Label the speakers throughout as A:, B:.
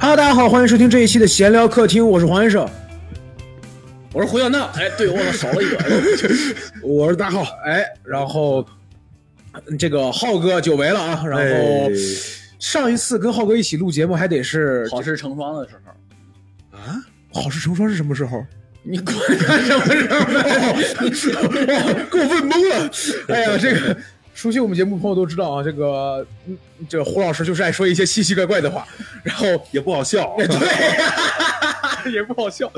A: Hello，大家好，欢迎收听这一期的闲聊客厅，我是黄医生，
B: 我是胡小闹，哎，对，我少了一 个，
A: 我是大浩，哎，然后嗯这个浩哥久违了啊，然后
B: 哎
A: 上一次跟浩哥一起录节目还得是
B: 好事成双的时候，
A: 啊，好事成双是什么时 候？
B: 你管他什么 时候？
A: 给我问懵了，哎呀，这个。熟悉我们节目的朋友都知道啊，这个嗯这个胡老师就是爱说一些奇奇怪怪的话，然后
C: 也不好 笑。
A: 哎也不好笑。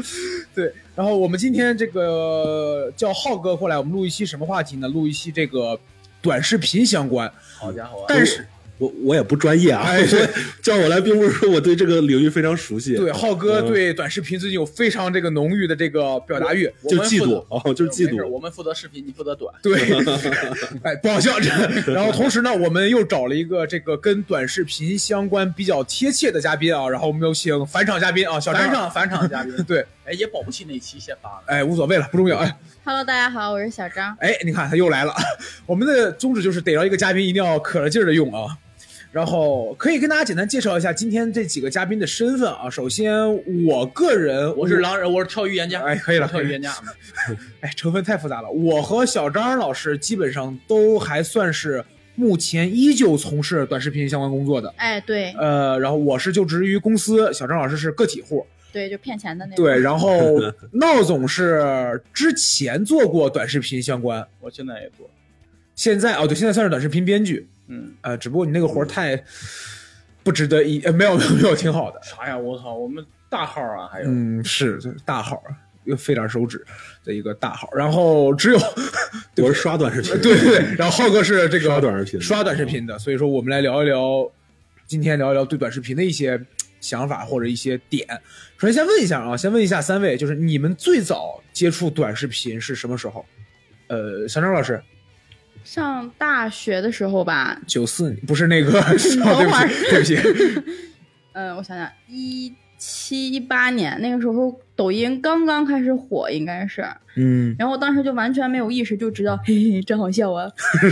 A: 对，然后我们今天这个叫浩哥过来，我们录一期什么话题呢？录一期这个短视频相关。
B: 好家伙，
A: 但是
C: 我我也不专业啊，
A: 哎
C: 所以叫我来并不是说我对这个领域非常熟悉，
A: 对，啊浩哥
C: 嗯
A: 对短视频最近有非常这个浓郁的这个表达欲。
B: 我
C: 就
B: 们
C: 嫉
B: 负
C: 妒
B: 责
C: 哦，就是嫉
B: 没事
C: 妒。啊
B: 我们负责视频，你负责短，
A: 对，哎，不好笑。 这然后同时呢，我们又找了一个这个跟短视频相关比较贴切的嘉宾啊，然后我们有请返场嘉宾啊，小张
B: 返场返场嘉宾，
A: 对，
B: 哎，也保不齐哪期先发呢。
A: 哎，无所谓了，不重要。哎，
D: Hello，大家好，我是小张。
A: 哎，你看他又来了。 我们的宗旨就是逮着一个嘉宾，一定要可着劲儿的用啊。然后可以跟大家简单介绍一下今天这几个嘉宾的身份啊。首先，我个人
B: 我是，狼人，我是跳预言家，
A: 哎可以了
B: 我是跳预言家，
A: 哎，成分太复杂了。我和小张老师基本上都还算是目前依旧从事短视频相关工作的。
D: 哎，对
A: 呃，然后我是就职于公司，小张老师是个体户。
D: 对，就骗钱的那种。
A: 对，然 后闹总是之前做过短视频相关，
B: 我现在也做，
A: 现在哦对，现在算是短视频编剧。
B: 嗯，
A: 呃，只不过你那个活儿太不值得一，呃，没有没有没有，挺好的。
B: 啥呀？我操，我们大号啊，还有
A: 嗯，是就是大号儿，又费点手指的一个大号儿，然后只有 对呃
C: 我是刷短视频，
A: 对对对，然后浩哥是这个
C: 刷短视频的
A: 刷短视频的，所以说我们来聊一聊，今天聊一聊对短视频的一些想法或者一些点。首先先问一下啊，先问一下三位，就是你们最早接触短视频是什么时候？呃，小张老师，
D: 上大学的时候吧，
A: 九四不是那个，哦，
D: 等会儿
A: 对不起，对不起，
D: 嗯、我想想，一七一八年那个时候，抖音刚刚开始火，应该是。
A: 嗯，
D: 然后我当时就完全没有意识，就知道，嘿嘿，真好笑啊！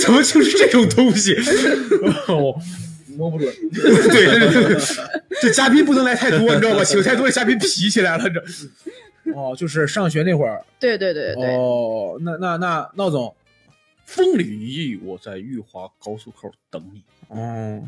A: 怎么就是这种东 西？哦，
B: 摸不准，
A: 对对 对对，这嘉宾不能来太多，你知道吧？请太多的嘉宾皮起来了，这。哦，就是上学那会儿。
D: 对对对对对，
A: 哦，那那那闹总，
B: 风里雨翼，我在玉华高速口等你，
A: 哦，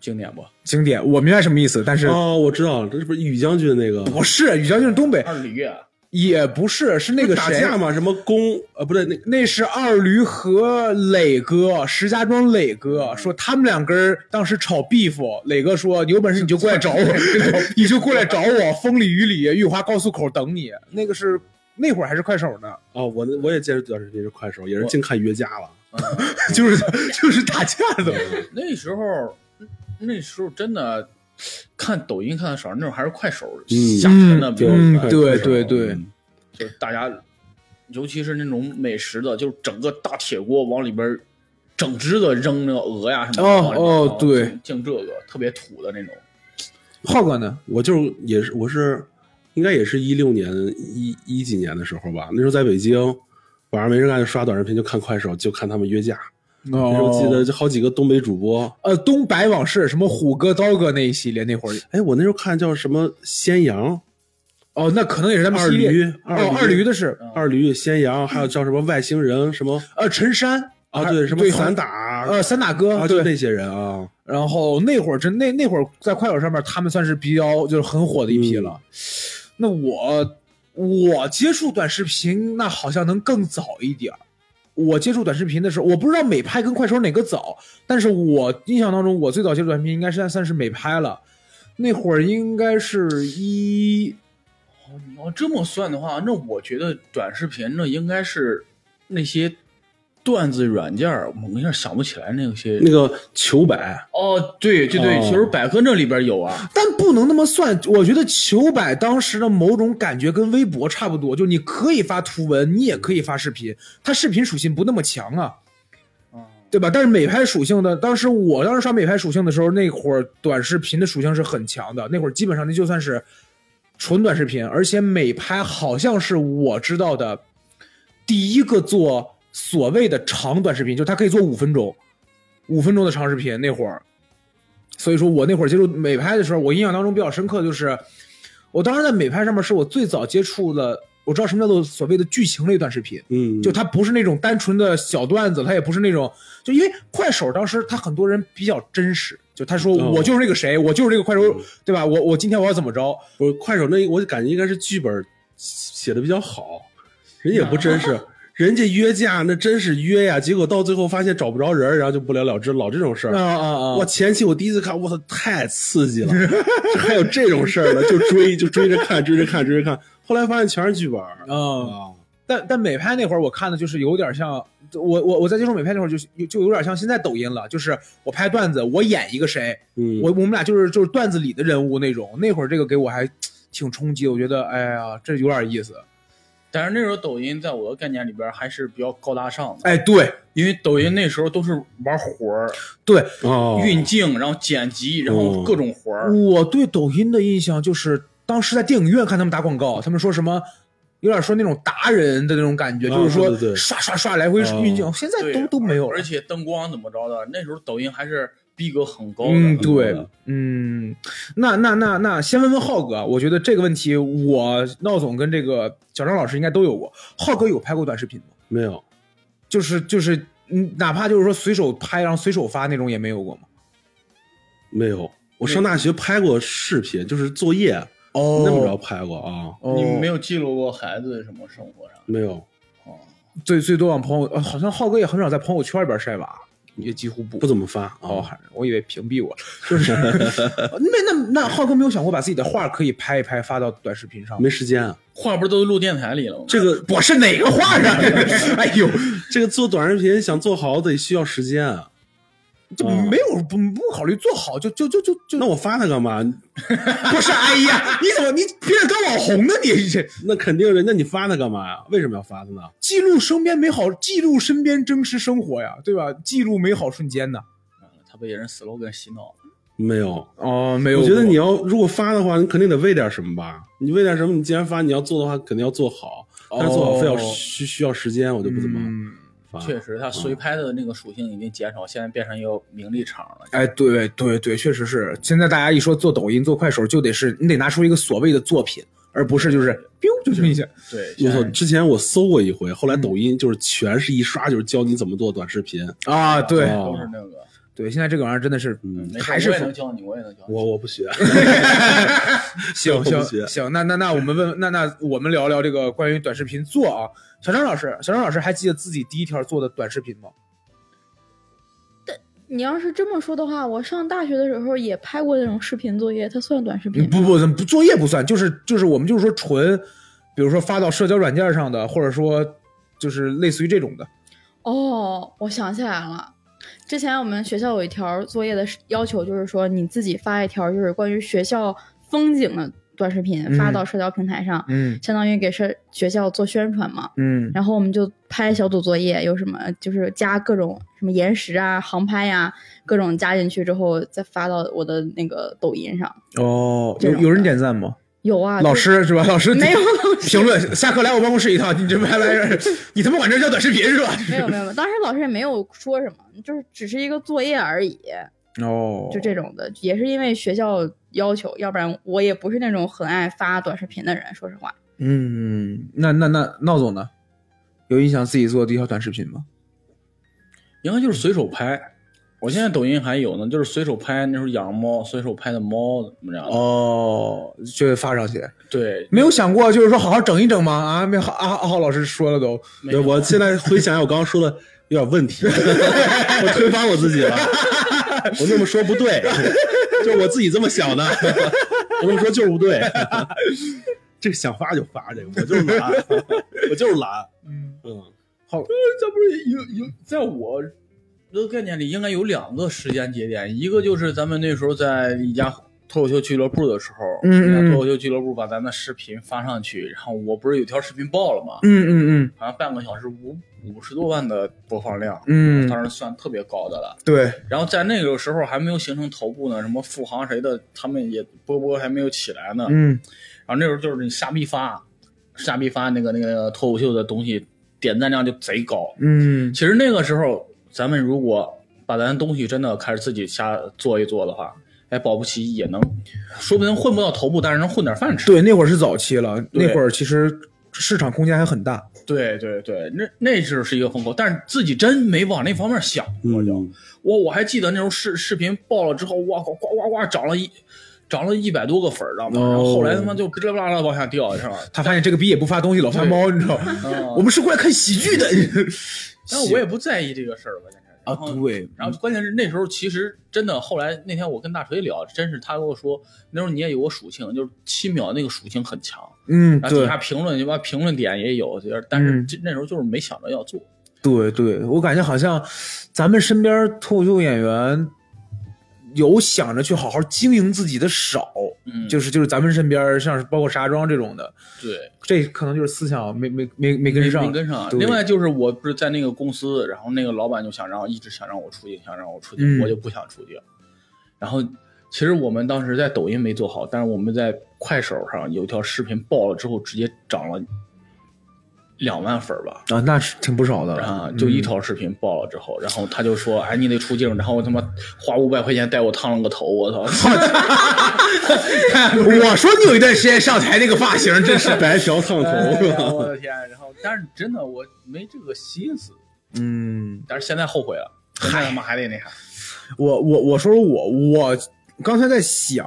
B: 经典不？
A: 经典，我明白什么意思，但是
C: 哦，我知道，这是不是宇将军那个
A: 不是于将军是东北，
B: 二驴啊，
A: 也不是，是那个
C: 打
A: 谁
C: 架嘛？什么公呃，不对，那
A: 那是二驴和磊哥，石家庄磊
C: 嗯
A: 哥说他们两根儿当时炒 beef，磊哥说你有本事你就过来找 我， 你就过来找我，风里雨里玉华高速口等你。那个是那会儿还是快手呢，
C: 哦，我那我也接触短视频是快手，也是净看约架了。
A: 就是 就是打架的。
B: 那时候，那时候真的看抖音看的少，那时候还是快手
C: 嗯
B: 下沉的比较
A: 嗯
B: 快
A: 对
B: 快手
A: 对对
C: 嗯
B: 就是大家，尤其是那种美食的，就是整个大铁锅往里边整只的扔那个鹅呀什么的，
A: 哦
B: 往里边
A: 哦
B: 放
A: 对
B: 净这个特别土的那种，
A: 浩哥呢？
C: 我就是也是我是应该也是一六年一一几年的时候吧，那时候在北京，晚上没事干就刷短视频，就看快手，就看他们约架。
A: 哦
C: 那时候记得就好几个东北主播，
A: 呃，东白往事什么虎哥、刀哥那一系列那会儿，
C: 哎，我那时候看叫什么先阳、
A: 哦，那可能也是他们
C: 二
A: 系列
C: 驴
A: 哦，二
C: 二驴
A: 驴的是
C: 二驴、先阳，还有叫什么外星人什么
A: 呃陈山
C: 啊？对，什么散打
A: 呃散打哥
C: 啊，就
A: 对。
C: 那些人啊。
A: 然后那会儿真那那会儿在快手上面，他们算是比较就是很火的一批了。那我我接触短视频，那好像能更早一点儿。我接触短视频的时候，我不知道美拍跟快手哪个早，但是我印象当中，我最早接触短视频应该是在算是美拍了。那会儿应该是一
B: 哦，你要这么算的话，那我觉得短视频呢应该是那些段子软件儿，我一下想不起来那些。
C: 那个糗百，
B: 哦，对对对，
C: 哦
B: 其实百科那里边有啊。
A: 但不能那么算。我觉得糗百当时的某种感觉跟微博差不多，就你可以发图文，你也可以发视频，它视频属性不那么强啊，对吧？但是美拍属性的，当时我当时刷美拍属性的时候，那会儿短视频的属性是很强的，那会儿基本上那就算是纯短视频，而且美拍好像是我知道的第一个做所谓的长短视频，就是它可以做五分钟，五分钟的长视频那会儿。所以说我那会儿接触美拍的时候，我印象当中比较深刻的就是，我当时在美拍上面是我最早接触了，我知道什么叫做所谓的剧情类短视频，
C: 嗯，
A: 就它不是那种单纯的小段子，它也不是那种，就因为快手当时他很多人比较真实，就他说
C: 哦嗯
A: 我就是那个谁，我就是这个快手，对吧？我我今天我要怎么着？
C: 不是快手那，我感觉应该是剧本写的比较好，人也不真 实，人家约架那真是约呀，结果到最后发现找不着人儿，然后就不了了之，老这种事
A: 啊
C: 儿。
A: 啊啊！
C: 我前期我第一次看，我操，太刺 激了，这还有这种事儿呢，就追就追着看，追着看，追着看，后来发现全是剧本儿
A: 啊，
C: 啊，
A: 但但美拍那会儿我看的就是有点像我我我在接触美拍那会儿就是就就有点像现在抖音了，就是我拍段子，我演一个谁，
C: 嗯，
A: 我我们俩就是就是段子里的人物那种。那会儿这个给我还挺冲击的，我觉得哎呀，这有点意思。
B: 但是那时候抖音在我的概念里边还是比较高大上的，
A: 哎，对
B: 因为抖音那时候都是玩活儿、
A: 对，
C: 哦
B: 运镜，然后剪辑，然后各种活儿。
A: 我对抖音的印象就是当时在电影院看他们打广告，他们说什么。有点说那种达人的那种感觉，
C: 啊
A: 就是说
C: 对对对
A: 刷刷刷来回
C: 哦
A: 运镜，现在
B: 对，啊
A: 都都没有了
B: 而。且灯光怎么着的，那时候抖音还是逼格很高的。
A: 嗯，
C: 高的
A: 对，嗯，那那那那，先问问浩哥，啊我觉得这个问题我闹总跟这个小张老师应该都有过。浩哥有拍过短视频吗？
C: 没有，
A: 就是就是，嗯，哪怕就是说随手拍，然后随手发那种也没有过吗？
C: 没有，我上大学拍过视频，就是作业、
A: 哦
C: 那么着拍过啊，
A: 哦，
B: 你没有记录过孩子什么生活啥的
C: 没有，
A: 最最多往朋友，呃好像浩哥也很少在朋友圈里边晒娃，也几乎不
C: 不。怎么发啊。
A: 哦，还我以为屏蔽我，就是那那那浩哥没有想过把自己的画可以拍一拍发到短视频上吗？
C: 没时间啊，
B: 话不是都录电台里了吗？
C: 这个
A: 我是哪个画啊？哎呦，
C: 这个做短视频想做好得需要时间啊。
A: 就
C: 嗯
A: 没有不不考虑做好，就就就就就
C: 那我发它干嘛？
A: 不是，哎呀，你怎么你变得跟网红呢？你 这
C: 那肯定人，那你发它干嘛呀？为什么要发它呢？
A: 记录身边美好，记录身边真实生活呀，对吧？记录美好瞬间呢。
B: 啊他被人 slogan 洗脑了。
C: 没有，
A: 哦，没有
C: 我
A: 过，
C: 觉得你要如果发的话，你肯定得为点什么吧？你为点什么？你既然发，你要做的话，肯定要做好。但是做好非要需需要时间，我就不怎么
A: 嗯
C: 发。
B: 确实，他随拍的那个属性已经减少，现在变成一个名利场了。
A: 哎，对对对，确实是。现在大家一说做抖音、做快手，就得是你得拿出一个所谓的作品，而不是就是 biu 就这一下。
B: 对，
C: 我
B: 现
C: 操！
B: 在
C: 之前我搜过一回，后来抖音就是全是一刷就是教你怎么做短视频。
A: 啊，对
C: 哦
B: 都是那个。
A: 对，现在这个玩意儿真的是
C: 嗯
B: 没事
A: 还是
B: 我也能教你，我也能教你。
C: 我我不学，
A: 行
C: 不
A: 行
C: 学
A: 行，那那那我们问，那那我们聊聊这个关于短视频做啊。小张老师，小张老师还记得自己第一条做的短视频吗？
D: 你要是这么说的话，我上大学的时候也拍过那种视频作业，它算短视频吗？
A: 不不不，作业不算，就是就是我们就是说纯，比如说发到社交软件上的，或者说就是类似于这种的。
D: 哦，我想起来了，之前我们学校有一条作业的要求，就是说你自己发一条就是关于学校风景的短视频，
A: 嗯
D: 发到社交平台上，
A: 嗯
D: 相当于给社学校做宣传嘛。
A: 嗯
D: 然后我们就拍小组作业，有什么就是加各种什么延时啊、航拍呀、各种加进去之后，再发到我的那个抖音上。
A: 哦，
D: 嗯这
A: 有
D: 种
A: 有人
D: 的
A: 点赞吗？
D: 有啊，
A: 老
D: 就
A: 师是吧？老师
D: 没有老师
A: 评论，下课来我办公室一趟。你这拍 来，你他妈管这叫短视频是吧？
D: 没有没有，当时老师也没有说什么，就是只是一个作业而已，
A: 哦，
D: 就这种的，也是因为学校要求，要不然我也不是那种很爱发短视频的人，说 实话。
A: 嗯，那那那闹总呢？有印象自己做的一条短视频吗？
B: 应该就是随手拍。我现在抖音还有呢，就是随手拍，那时候养猫，随手拍的猫怎么样？，
A: 哦，就发上去，
B: 对，
A: 没有想过就是说好好整一整吗？啊，没有，阿阿浩老师说了都，
B: 没
C: 对
B: 有
C: 我现在回想一下我刚刚说的有点 问题，我推翻我自己了，我那么说 不对，就是我自己这么想的，我这么说就是不对， 这个想发就发这个，我就是懒，我就是懒，
A: 嗯，
C: 嗯，
A: 好，
B: 这不是有有，在我的概念里，应该有两个时间节点，一个就是咱们那时候在一家脱口秀俱乐部的时候，
A: 嗯嗯
B: 一家脱口秀俱乐部把咱的视频发上去，然后我不是有条视频爆了吗？
A: 嗯嗯
B: 好像半个小时五五十多万的播放量，
A: 嗯嗯，
B: 当时算特别高的了。
A: 对，
B: 然后在那个时候还没有形成头部呢，什么富航谁的，他们也波波还没有起来呢。
A: 嗯
B: 然后那时候就是你瞎逼发，瞎逼发那个那个那个脱口秀的东西，点赞量就贼高。
A: 嗯
B: 其实那个时候，咱们如果把咱东西真的开始自己瞎做一做的话，哎，保不齐也能，说不定混不到头部，但是能混点饭吃。
A: 对，那会儿是早期了，
B: 对
A: 那会儿其实市场空间还很大。
B: 对对对，那那就是一个风口，但是自己真没往那方面想。
C: 嗯，
B: 我我还记得那时候视视频爆了之后，哇呱呱呱呱涨了一涨了一百多个粉儿，知道吗？
A: 哦
B: 然后后来他妈就噼里啪啦往下掉，是吧？
A: 他发现这个逼也不发东西，老发猫，你知道吗？
B: 嗯
A: 我们是过来看喜剧的。
B: 但我也不在意这个事儿吧，现在。然后
A: 啊对
B: 然后关键是那时候其实真的，后来那天我跟大锤聊，真是他跟我说，那时候你也有个属性，就是七秒那个属性很强，
A: 嗯，
B: 然后底
A: 对
B: 下评论就把评论点也有，就是但是
A: 嗯
B: 这那时候就是没想着要做，
A: 对对，我感觉好像咱们身边脱口秀演员有想着去好好经营自己的少，
B: 嗯，
A: 就是就是咱们身边像是包括石家庄这种的，
B: 对，
A: 这可能就是思想没没没没跟
B: 没
A: 上，
B: 没跟上。
A: 对
B: 另外就是我不是在那个公司，然后那个老板就想让一直想让我出镜，想让我出镜，
A: 嗯
B: 我就不想出镜。然后其实我们当时在抖音没做好，但是我们在快手上有一条视频爆了之后，直接涨了两万粉儿吧。
A: 啊，那是挺不少的了
B: 啊，就一
A: 嗯
B: 条视频爆了之后，然后他就说：“哎，你得出镜。”然后他妈花五百块钱带我烫了个头，我操！
A: 我说你有一段时间上台那个发型，真是，
C: 白嫖烫头
B: 哎
C: 是
B: 呀
C: 吧？
B: 我的天！然后，但是真的我没这个心思，
A: 嗯，
B: 但是现在后悔了，现在他妈还得那啥。
A: 我我我说说我我刚才在想，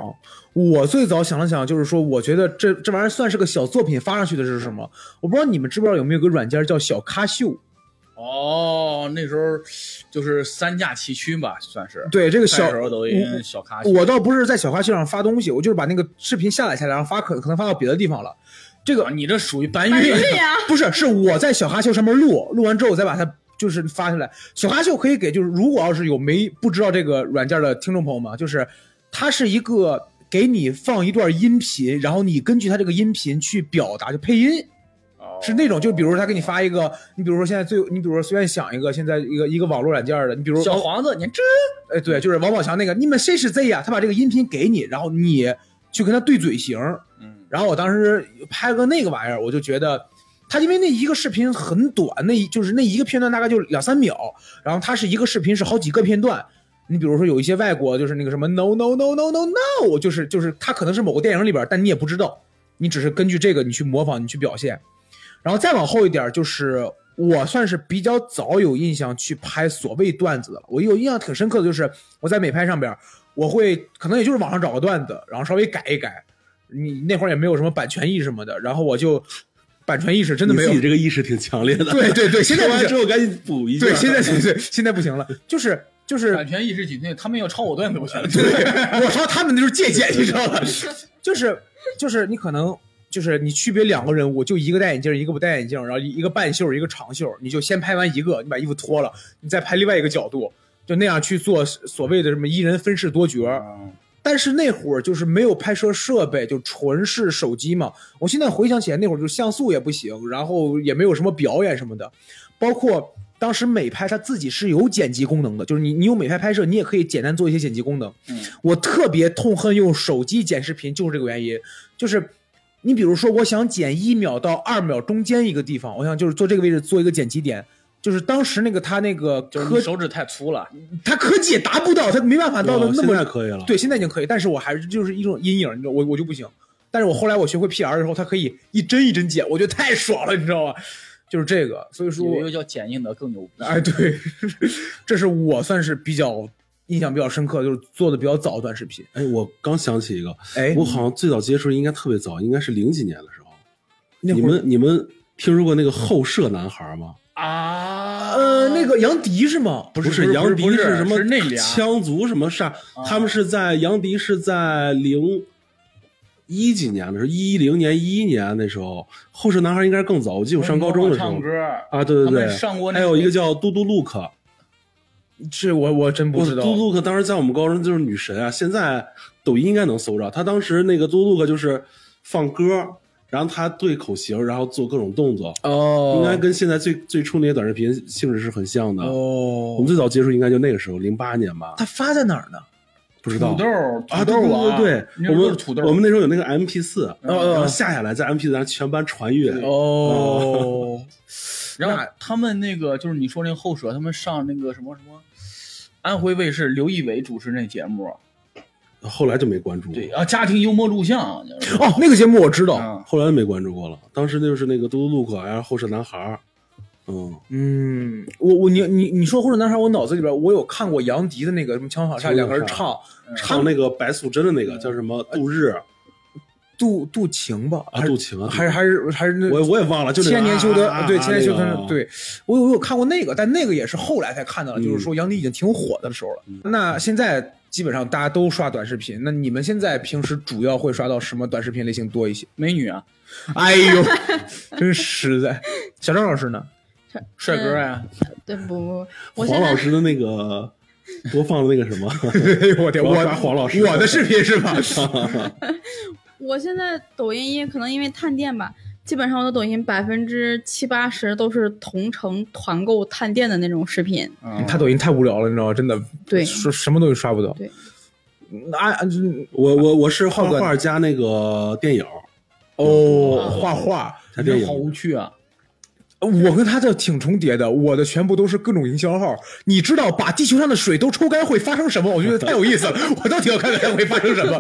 A: 我最早想了想，就是说，我觉得这这玩意儿算是个小作品发上去的是什么？我不知道你们知不知道有没有个软件叫小咖秀？
B: 哦，那时候就是三驾齐驱吧，算是。
A: 对，这个小
B: 快手、抖音、小咖秀。
A: 我倒不是在小咖秀上发东西，我就是把那个视频下载下来，然后发可可能发到别的地方了。这个
B: 啊你这属于搬
D: 反
B: 运
D: 正。这样，
A: 不是，是我在小咖秀上面录，录完之后我再把它就是发下来。小咖秀可以给就是，如果要是有没不知道这个软件的听众朋友们啊，就是它是一个给你放一段音频，然后你根据它这个音频去表达，就配音
B: 哦
A: 是那种，就比如说他给你发一个，你比如说现在最，你比如说随便想一个，现在一个一个网络软件的，你比如
B: 哦小黄子，你这
A: 哎对，就是王宝强那个，你们谁是贼呀？他把这个音频给你，然后你去跟他对嘴型，
B: 嗯
A: 然后我当时拍个那个玩意儿，我就觉得他因为那一个视频很短，那一就是那一个片段大概就两三秒，然后它是一个视频是好几个片段。你比如说有一些外国就是那个什么 no no no no no no，就是就是它可能是某个电影里边，但你也不知道，你只是根据这个你去模仿，你去表现。然后再往后一点，就是我算是比较早有印象去拍所谓段子的了。我有印象挺深刻的就是我在美拍上边，我会可能也就是网上找个段子，然后稍微改一改。你那会儿也没有什么版权意识什么的，然后我就 版权意识真的
C: 你
A: 没有
C: 自己。这个意识挺强烈的。
A: 对对对，现 在
C: 说
A: 不
C: 完
A: 行
C: 之后赶紧补一下。嗯
A: 对，现在对对，现在不行了，就是就是
B: 版权意识挺强，他们要抄我段子，我觉得。
A: 我说他们那就是借鉴，你知道吧？ 就是就是你可能就是你区别两个人物，就一个戴眼镜，一个不戴眼镜，然后一个半袖，一个长袖，你就先拍完一个，你把衣服脱了，你再拍另外一个角度，就那样去做所谓的什么一人分饰多角。
B: 嗯
A: 但是那会儿就是没有拍摄设备，就纯是手机嘛。我现在回想起来，那会儿就像素也不行，然后也没有什么表演什么的，包括当时美拍它自己是有剪辑功能的，就是你你用美拍拍摄，你也可以简单做一些剪辑功能。
B: 嗯
A: 我特别痛恨用手机剪视频，就是这个原因，就是。你比如说，我想剪一秒到二秒中间一个地方，我想就是做这个位置做一个剪辑点，就是当时那个它那个
B: 就是你
A: 科
B: 手指太粗了，
A: 它科技也达不到，它没办法到
C: 哦
A: 了那
C: 现
A: 么
C: 在可以了。
A: 对，现在已经可以，但是我还是就是一种阴影，你知道，我我就不行。但是我后来我学会 PR 之后，它可以一针一针剪，我觉得太爽了，你知道吗？就是这个，所以说，
B: 有一个叫剪映的更牛逼。
A: 哎，对，这是我算是比较印象比较深刻，就是做的比较早的短视频。
C: 哎，我刚想起一个，
A: 哎，
C: 我好像最早接触应该特别早，应该是零几年的时候。
A: 那
C: 你
A: 会儿
C: 们你们听说过那个后舍男孩吗？
B: 啊，
A: 呃，那个杨迪是吗？
C: 不
B: 是嗯不是
C: 杨迪
B: 不是
C: 什么
B: 是那俩啊
C: 羌族什么啥？他们是在杨迪是在零一几年的时候，一零年、一一年那时候，后舍男孩应该是更早，我记得我上高中的时候
B: 唱歌
C: 啊，对对
B: 他
C: 对，
B: 们上过那
C: 还有一个叫嘟嘟 look，
A: 这我我真不
C: 我
A: 知道。
C: 嘟嘟 look 当时在我们高中就是女神啊，现在抖音应该能搜着。她当时那个嘟嘟 look 就是放歌，然后她对口型，然后做各种动作，
A: 哦，
C: 应该跟现在最最初那些短视频性质是很像的。我
A: 哦
C: 们，最早接触应该就那个时候，零八年吧，
A: 他发在哪儿呢？
C: 不知道
B: 土豆
C: 啊，
B: 土豆
C: 对
B: 网，
C: 对
B: 那时候
C: 对，我
B: 都是
C: 们
B: 土豆，
C: 我们那时候有那个 MP 四，
A: 哦
C: 然后下下来在 MP 四上全班传阅，
A: 哦，
B: 然后他们那个就是你说那个后舍，他们上那个什么什么。安徽卫视刘仪伟主持那节目，
C: 后来就没关注过，
B: 对啊，家庭幽默录像，就是
A: 哦，那个节目我知道。
B: 啊，
C: 后来就没关注过了。当时就是那个嘟嘟 look，然后后舍男孩儿，嗯，
A: 嗯，我我你你你说《或者男孩》，我脑子里边我有看过杨迪的那个什么《枪法下》，嗯两个人唱
C: 唱那个白素贞的那个叫什么杜日
A: 渡渡情吧，
C: 啊，
A: 还是
C: 杜情啊，
A: 还是还是还是那
C: 我我也忘了，就那个
A: 千年修
C: 啊啊
A: 得
C: 啊
A: 对千年修
C: 那
A: 得
C: 个
A: 对，我有我有看过那个，但那个也是后来才看到的，
C: 嗯
A: 就是说杨迪已经挺火的时候了。那现在基本上大家都刷短视频，那你们现在平时主要会刷到什么短视频类型多一些？
B: 美女啊，
A: 哎呦， 真实在。小张老师呢？
B: 帅哥啊，
D: 对不不，
C: 啊黄
D: 我现在
C: 老师的那个 播放的那个什么，
A: 哎呦我天，
C: 我
A: 我
C: 要刷黄老师
A: 我的视频 是吧？
D: 我现在抖音因为可能因为探店吧，基本上我的抖音百分之七八十都是同城团购探店的那种视频。
B: 嗯
A: 他抖音太无聊了，你知道吗？真的，
D: 对
A: 说什么东西刷不到。
D: 对
A: 那，啊嗯
C: 我我我是画
A: 浩哥
C: 画加那个电影儿，
A: 哦，画画，
C: 加电影
B: 好
C: 儿。
B: 无趣啊，
A: 呃我跟他这挺重叠的，我的全部都是各种营销号。你知道把地球上的水都抽干会发生什么？我觉得 太有意思了，我到底要看看它会发生什 么，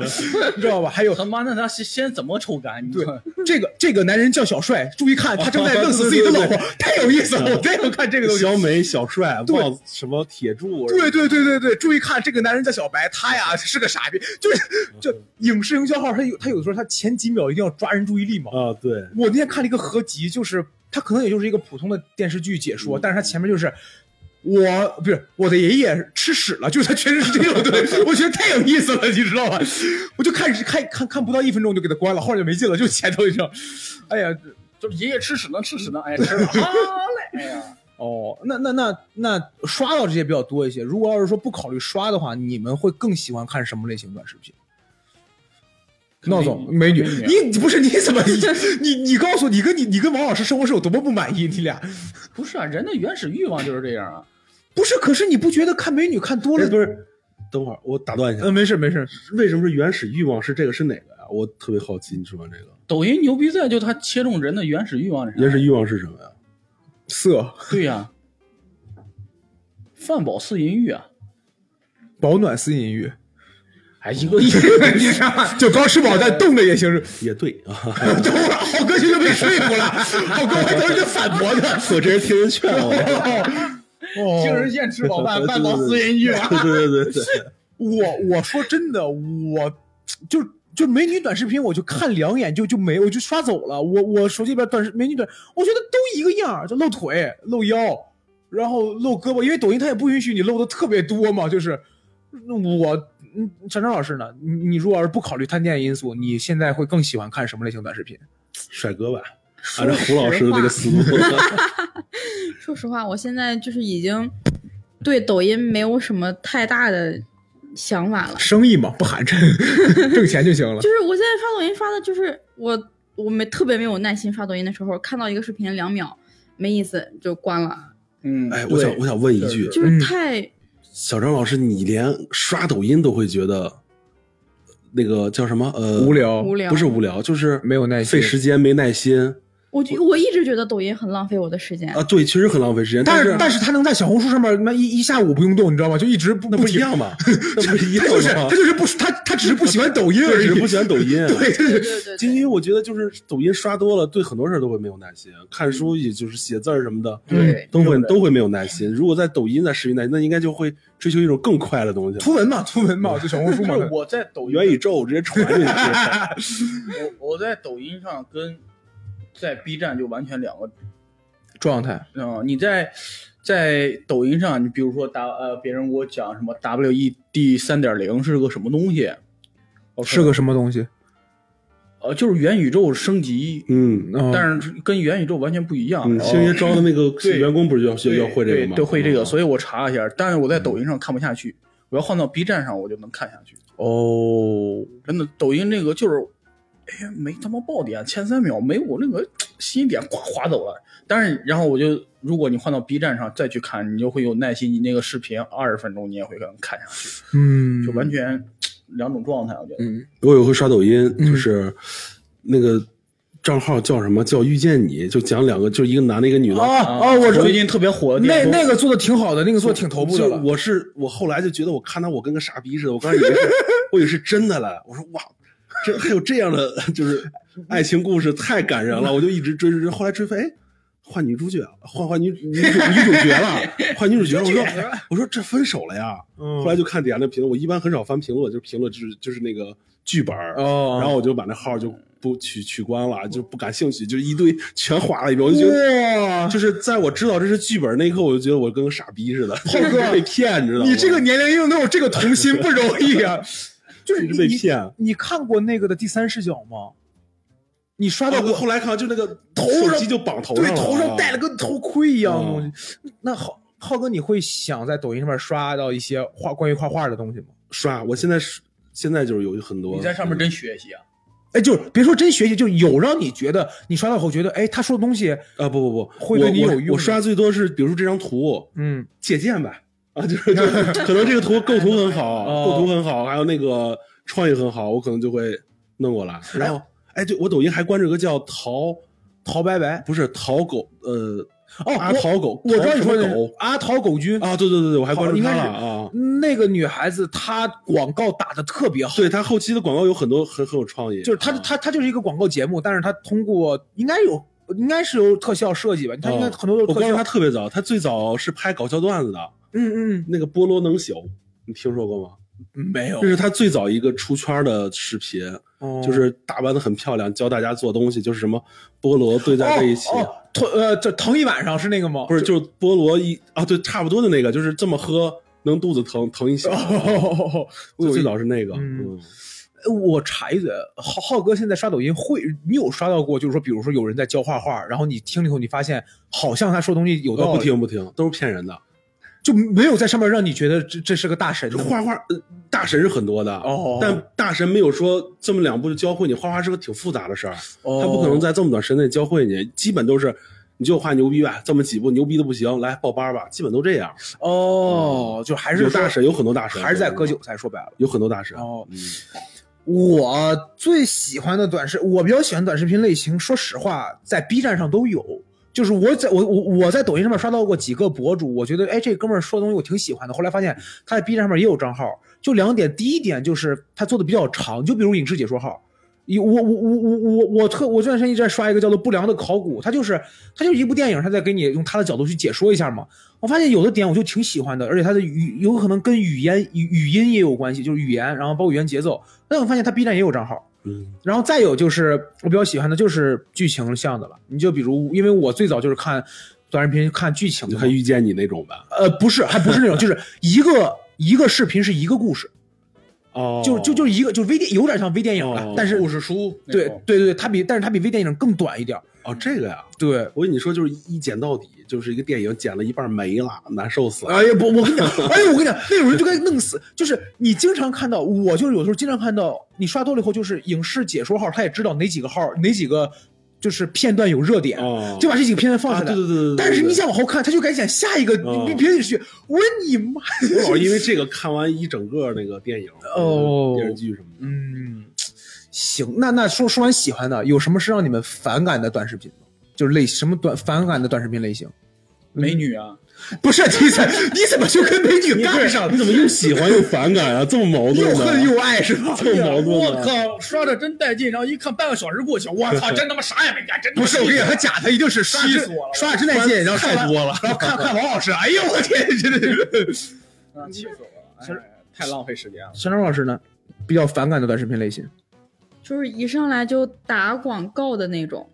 A: 你知道吧？还有
B: 他妈那他先先怎么抽干？你
A: 对
B: 说
A: 这个这个男人叫小帅，注意看他正在弄死自己的老 婆，太有意思了，我太要看这个东西。
C: 小美、小 帅，
A: 对
C: 忘了什么铁柱？
A: 对对对对对，注意看这个男人叫小白，他呀是个傻逼，就是就影视营销号，他有他有的时候他前几秒一定要抓人注意力嘛。
C: 啊，对，
A: 我那天看了一个合集，就是它可能也就是一个普通的电视剧解说，但是它前面就是我不是我的爷爷吃屎了，就是它全是这种对，我觉得太有意思了，你知道吧？我就看看看看不到一分钟就给它关了，后来就没劲了，就前头一张，哎呀，
B: 就是爷爷吃屎呢，吃屎呢，哎，吃 了，好嘞，哎呀，
A: 哦，那那那那刷到这些比较多一些。如果要是说不考虑刷的话，你们会更喜欢看什么类型短视频？
B: 看
A: 闹
B: 美
A: 总，
B: 女
A: 美女，
B: 看美女啊
A: 你不是你怎么你你你告诉你跟你你跟王老师生活是有多么不满意？你俩
B: 不是啊，人的原始欲望就是这样啊，
A: 不是？可是你不觉得看美女看多
C: 哎
A: 了？
C: 不是，呃等会儿我打断一下
A: 嗯，，没事没事。
C: 为什么是原始欲望是这个是哪个呀？我特别好奇，你说完这个
B: 抖音牛逼在就它切中人的原始欲望是啥？
C: 原始欲望是什么呀？
A: 色
B: 对呀、饭饱思淫欲啊，
A: 保暖思淫 欲，
B: 哎，一
C: 哦
B: 个
A: 就刚吃饱但冻着也 行。是
C: 也对啊，
A: 等会儿浩哥就被说服了，浩哥还等着反驳呢。
C: 我这人听人 劝我的，
A: 哦
B: 听人见吃饱饭，饭饱思淫欲啊。
C: 对对对对 对，
A: 我我说真的，我就就美女短视频，我就看两眼就就没，我就刷走了。我我手机里边短视美女短，我觉得都一个样儿，就露腿、露腰，然后露胳膊，因为抖音它也不允许你露的特别多嘛。就是那我，嗯，陈超老师呢？你你如果要是不考虑探店因素，你现在会更喜欢看什么类型短视频？
C: 帅哥吧，按照胡老师的这个思路，
D: 说实话，我现在就是已经对抖音没有什么太大的想法了。
A: 生意嘛，不寒碜，挣钱就行了
D: 就。是我现在刷抖音刷的，就是我我没特别没有耐心刷抖音的时候，看到一个视频两秒没意思就关了，
B: 嗯，
C: 哎，我想
B: 对
C: 我想问一句，
D: 就是太、
C: 小张老师，你连刷抖音都会觉得那个叫什么呃
A: 无聊
D: 无聊
C: 不是无聊，就是
A: 没有耐心
C: 费时间，没耐心
D: 我就我一直觉得抖音很浪费我的时间。
C: 啊。对，确实很浪费时间，
A: 但
C: 是
A: 是但是他能在小红书上面那一一下午不用动，你知道吗？就一直不
C: 那不一
A: 停
C: 样吗？那不是一
A: 他
C: 样
A: 就是
C: 吗
A: 他？就是不他他只是不喜欢抖音而
C: 确
A: 已，
C: 实不喜欢抖音。
A: 对对
D: 对
A: 对，
D: 对对
C: 就因
D: 对
C: 为我觉得就是抖音刷多了，对很多事儿都会没有耐心，看书也就是写字儿什么的，嗯
D: 对
C: 都会
B: 对
C: 都会没有耐心。如果在抖音在视频耐心，那应该就会追求一种更快的东西了，
A: 图文嘛，图文嘛，就小红书
B: 不
A: 嘛
B: 是。我在抖
C: 元
B: 音，
C: 宇宙直接传进 去。
B: 我我在抖音上跟在 B 站就完全两个
A: 状态
B: 嗯，你在在抖音上，你比如说打呃，别人给我讲什么 E WED 三点零是个什么东西，
A: 是个什么东西？
B: 呃，就是元宇宙升级，
C: 嗯，
A: 嗯
B: 但是跟元宇宙完全不一样。
C: 嗯，星爷招的那个员工不是要
B: 啊对
C: 要会这个吗？
B: 对，对会这个，
C: 嗯
B: 所以我查了一下，但是我在抖音上看不下去，我要换到 B 站上我就能看下去。
C: 哦，
B: 真的，抖音那个就是，哎呀，没他妈爆点，前三秒没我那个吸引点，咵划走了。但是，然后我就，如果你换到 B 站上再去看，你就会有耐心，你那个视频二十分钟你也会能看下去，
A: 嗯，
B: 就完全两种状态，我觉得。
A: 嗯
C: 我有回刷抖音，就是那个账号叫什么叫遇见你，就讲两个，就一个男的，一个女的。
A: 啊
B: 啊
A: 啊，我
B: 最近特别火的
A: 那
B: 电工
A: 那个做的挺好的，那个做的挺头部的
C: 就
A: 了。
C: 我是我后来就觉得，我看他我跟个傻逼似的，我刚才以为 是，我以为是真的了。我说哇，这还有这样的就是爱情故事，太感人了。我就一直追追追，后来追飞，哎，换女主角了，换换女女主女主角了，换 女主角了。我说我说这分手了呀。
A: 嗯
C: 后来就看底下那评论，我一般很少翻评论，就是评论就是就是那个剧本儿
A: 哦，
C: 然后我就把那号就不取取关了，就不感兴趣，就一堆全划了一遍。我就觉得，
A: 哇，
C: 就是在我知道这是剧本那一刻，我就觉得我跟个傻逼似的，
A: 浩哥
C: 被骗，你知道吗？
A: 你这个年龄又能有这个童心不容易 啊！就是
C: 一直
A: 你
C: 被
A: 你
C: 骗
A: 你看过那个的第三视角吗？你刷到
C: 到
A: 过
C: 后来看啊就那个
A: 头
C: 手
A: 上
C: 机就绑头
A: 对
C: 上了，啊
A: 头上戴了
C: 个。
A: 跟头盔一样的
C: 嗯
A: 东西。那浩浩哥，你会想在抖音上面刷到一些画关于画画的东西吗？
C: 刷，我现在是现在就是有很多
B: 你在上面真学习啊！
A: 哎，就是别说真学习，就有让你觉得你刷到后觉得，哎，他说的东西，
C: 啊不不不，
A: 会对你
C: 我
A: 有用
C: 我。我刷最多是比如说这张图
A: 嗯，
C: 借鉴呗，啊就是 就是可能这个图构图很好，
A: 哦
C: 构图很好，还有那个创意很好，我可能就会弄过来。然后哎，对我抖音还关注一个叫淘
A: 陶白白
C: 不是淘狗，呃，
A: 哦，
C: 阿
A: 我
C: 淘狗，
A: 我知道你说的是
C: 淘什么狗
A: 阿桃狗君，
C: 啊，对对对对，我还
A: 好
C: 关注
A: 应
C: 他
A: 该
C: 了
A: 是
C: 啊。
A: 那个女孩子她广告打的特别好，
C: 对他后期的广告有很多很很有创意，
A: 就是她
C: 啊
A: 她她就是一个广告节目，但是她通过应该有应该是有特效设计吧，她应该
C: 啊
A: 很多都
C: 我
A: 是特
C: 关注
A: 效
C: 他，特别早，他最早是拍搞笑段子的，
A: 嗯嗯
C: 那个菠萝能朽，你听说过吗？
A: 嗯，没有
C: 这，是他最早一个出圈的视频，
A: 哦
C: 就是打扮的很漂亮，教大家做东西，就是什么菠萝对在这一起，
A: 哦哦疼呃，这疼一晚上是那个吗？
C: 不是就是菠萝一啊，对，差不多的那个，就是这么喝能肚子疼疼一宿。
A: 哦，
C: 就
A: 我
C: 最早是那个，
A: 嗯
C: 嗯，
A: 我查一嘴，浩浩哥现在刷抖音会，你有刷到过？就是说，比如说有人在教画画，然后你听了以后，你发现好像他说东西有
C: 哦
A: 道理，
C: 不听不听，都是骗人
A: 哦
C: 的。
A: 就没有在上面让你觉得这这是个大神的
C: 画画、呃大神是很多的，
A: 哦
C: 但大神没有说这么两步就教会你，画画是个挺复杂的事儿，
A: 哦
C: 他不可能在这么短时间内教会你，基本都是你就画牛逼吧，这么几步牛逼的不行，来报班吧，基本都这样。
A: 哦，就还是
C: 有
A: 说
C: 大神，有很多大神，
A: 还是在割韭菜。说白了，
C: 有很多大神。
A: 哦
C: 嗯
A: 我最喜欢的短视，我比较喜欢短视频类型，说实话，在 B 站上都有。就是我在我我我在抖音上面刷到过几个博主，我觉得哎这哥们儿说的东西我挺喜欢的。后来发现他在 B 站上面也有账号，就两点，第一点就是他做的比较长，就比如影视解说号。有我我我我我我特我这段时间一直在刷一个叫做《不良的考古》，他就是他就是一部电影，他在给你用他的角度去解说一下嘛。我发现有的点我就挺喜欢的，而且它的语有可能跟语言语语音也有关系，就是语言，然后包括语言节奏。但我发现它 B 站也有账号，
C: 嗯
A: 然后再有就是我比较喜欢的就是剧情向的了。你就比如，因为我最早就是看短视频看剧情
C: 你
A: 的
C: 就
A: 嘛，
C: 看遇见你那种吧。
A: 呃不是还不是那种，就是一个一个视频是一个故事，
C: 哦
A: 就就就是一个就是微电有点像微电影了，
C: 哦
A: 但是
B: 故事书那
A: 对
B: 种
A: 对对，它比但是它比微电影更短一点儿，
C: 哦，这个呀，
A: 对。
C: 我跟你说，就是一剪到底，就是一个电影剪了一半没了，难受死了。
A: 哎呀，不，我跟你讲，哎呀，我跟你讲，那种人就该弄死。就是你经常看到，我就是有时候经常看到，你刷多了以后，就是影视解说号，他也知道哪几个号，哪几个就是片段有热点，
C: 哦
A: 就把这几个片段放
C: 啊，
A: 下来。
C: 对对对对。对
A: 但是你
C: 对
A: 想往后看，他就该想下一个，
C: 哦
A: 你别别去。我说你妈！
C: 我老是因为这个看完一整个那个电影、
A: 哦
C: 电视剧什么的。
A: 嗯，行，那那说说完喜欢的，有什么是让你们反感的短视频吗？就是类什么短反感的短视频类型？
B: 美女啊，
A: 不是你怎 你怎么就跟美女干上了？
C: 你怎么又喜欢又反感啊？这么矛 盾
A: 又恨
C: 呢？
A: 又爱是吧？
C: 这么
B: 哎
C: 矛盾
B: 我
A: 啊
C: 呢？
B: 靠，刷的真带劲，然后一看半个小时过去，我操，真他妈啥也没干，真他妈
A: 不是，我跟你讲，
B: 气
A: 他假的一定是刷
B: 气
A: 着
B: 死我了
A: 刷着真带劲，然后
C: 太多了
A: 看完然后看看王老师，哎呦我天，真的 是。
B: 死我了，气死我了，其实太浪费时间了。
A: 小张老师呢，比较反感的短视频类型，
D: 就是一上来就打广告的那种。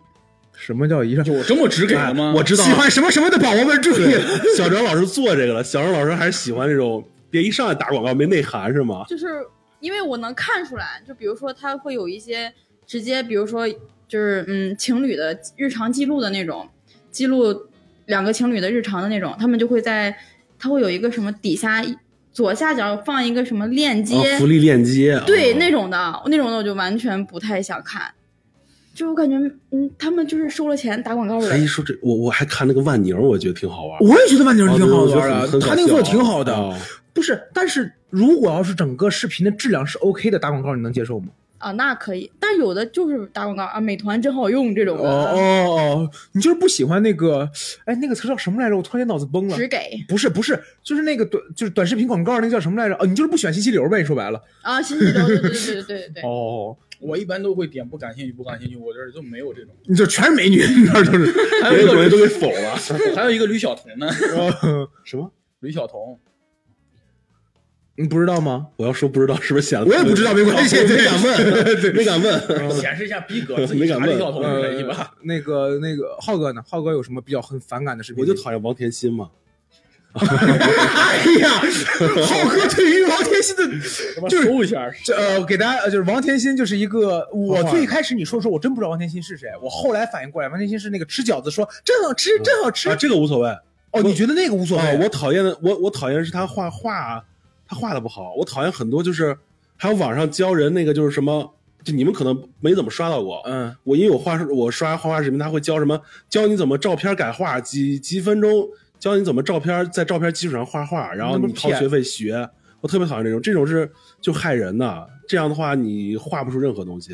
A: 什么叫一上？哎
B: 有这么直给的吗？
C: 哎我知道
A: 喜，欢什么什么的宝宝们注意
C: 对，小张老师做这个了。小张老师还是喜欢这种别一上来打广告没内涵是吗？
D: 就是因为我能看出来，就比如说他会有一些直接比如说就是嗯情侣的日常记录的那种，记录两个情侣的日常的那种，他们就会在他会有一个什么底下左下角放一个什么链接，
C: 啊，福利链接，
D: 对
C: 啊
D: 那种的，那种的我就完全不太想看，就我感觉，嗯，他们就是收了钱打广告
C: 哎，
D: 的
C: 一，说这，我我还看那个万宁，我觉得挺好玩。
A: 我也觉得万宁
C: 啊
A: 哦挺
C: 对
A: 好
C: 我觉得
A: 玩
C: 很
A: 的，
C: 很搞
A: 他那个做的
C: 笑
A: 挺好的，
C: 啊
A: 不是？但是如果要是整个视频的质量是 OK 的，打广告你能接受吗？
D: 啊，那可以，但有的就是打广告啊，美团真好用这种
A: 哦
D: 的，
A: 哦哦，你就是不喜欢那个，哎，那个词叫什么来着？我突然间脑子崩了。
D: 啊只给
A: 不是不是，就是那个短，就是短视频广告，那个叫什么来着？哦，你就是不喜欢信息流呗？说白了。
D: 啊，信息流，对对对对对对，
A: 哦，
B: 我一般都会点不感兴趣，不感兴趣，我这儿就没有 这种。
A: 你这全是美女，你这就是。
B: 还
C: 别
B: 有
C: 的
B: 一
C: 主
B: 个
C: 页都给否了。
B: 还有一个吕晓彤呢，
A: 哦
C: 什么？
B: 吕晓彤，
A: 你不知道吗？
C: 我要说不知道，是不是显得
A: 我也不知道，没关系，
C: 没
A: 对
C: 敢问，没敢问。
B: 显示一下逼 格，自己
C: 没敢
B: 查吕
C: 问
B: 晓彤是谁吧？
A: 呃那个那个浩哥呢？浩哥有什么比较很反感的视频？
C: 我就讨厌王甜心嘛，
A: 哎呀，浩哥对于王天心的，就是
B: 搜一下，
A: 这呃，给大家呃就是王天心就是一个，我
C: 画
A: 最开始你说的时候我真不知道王天心是谁，我后来反应过来，王天心是那个吃饺子说真好吃，真好吃
C: 啊，。这个无所谓。
A: 哦，你觉得那个无所
C: 啊
A: 谓？，
C: 我讨厌的，我我讨厌是他画画，他画的不好。我讨厌很多就是，还有网上教人那个就是什么，就你们可能没怎么刷到过。
A: 嗯，
C: 我因为我画我刷画画视频，他会教什么，教你怎么照片改画，几几分钟教你怎么照片在照片基础上画画，然后
A: 那不
C: 你
A: 是
C: 掏
A: 骗
C: 学费学。我特别讨厌这种，这种是就害人的。这样的话，你画不出任何东西，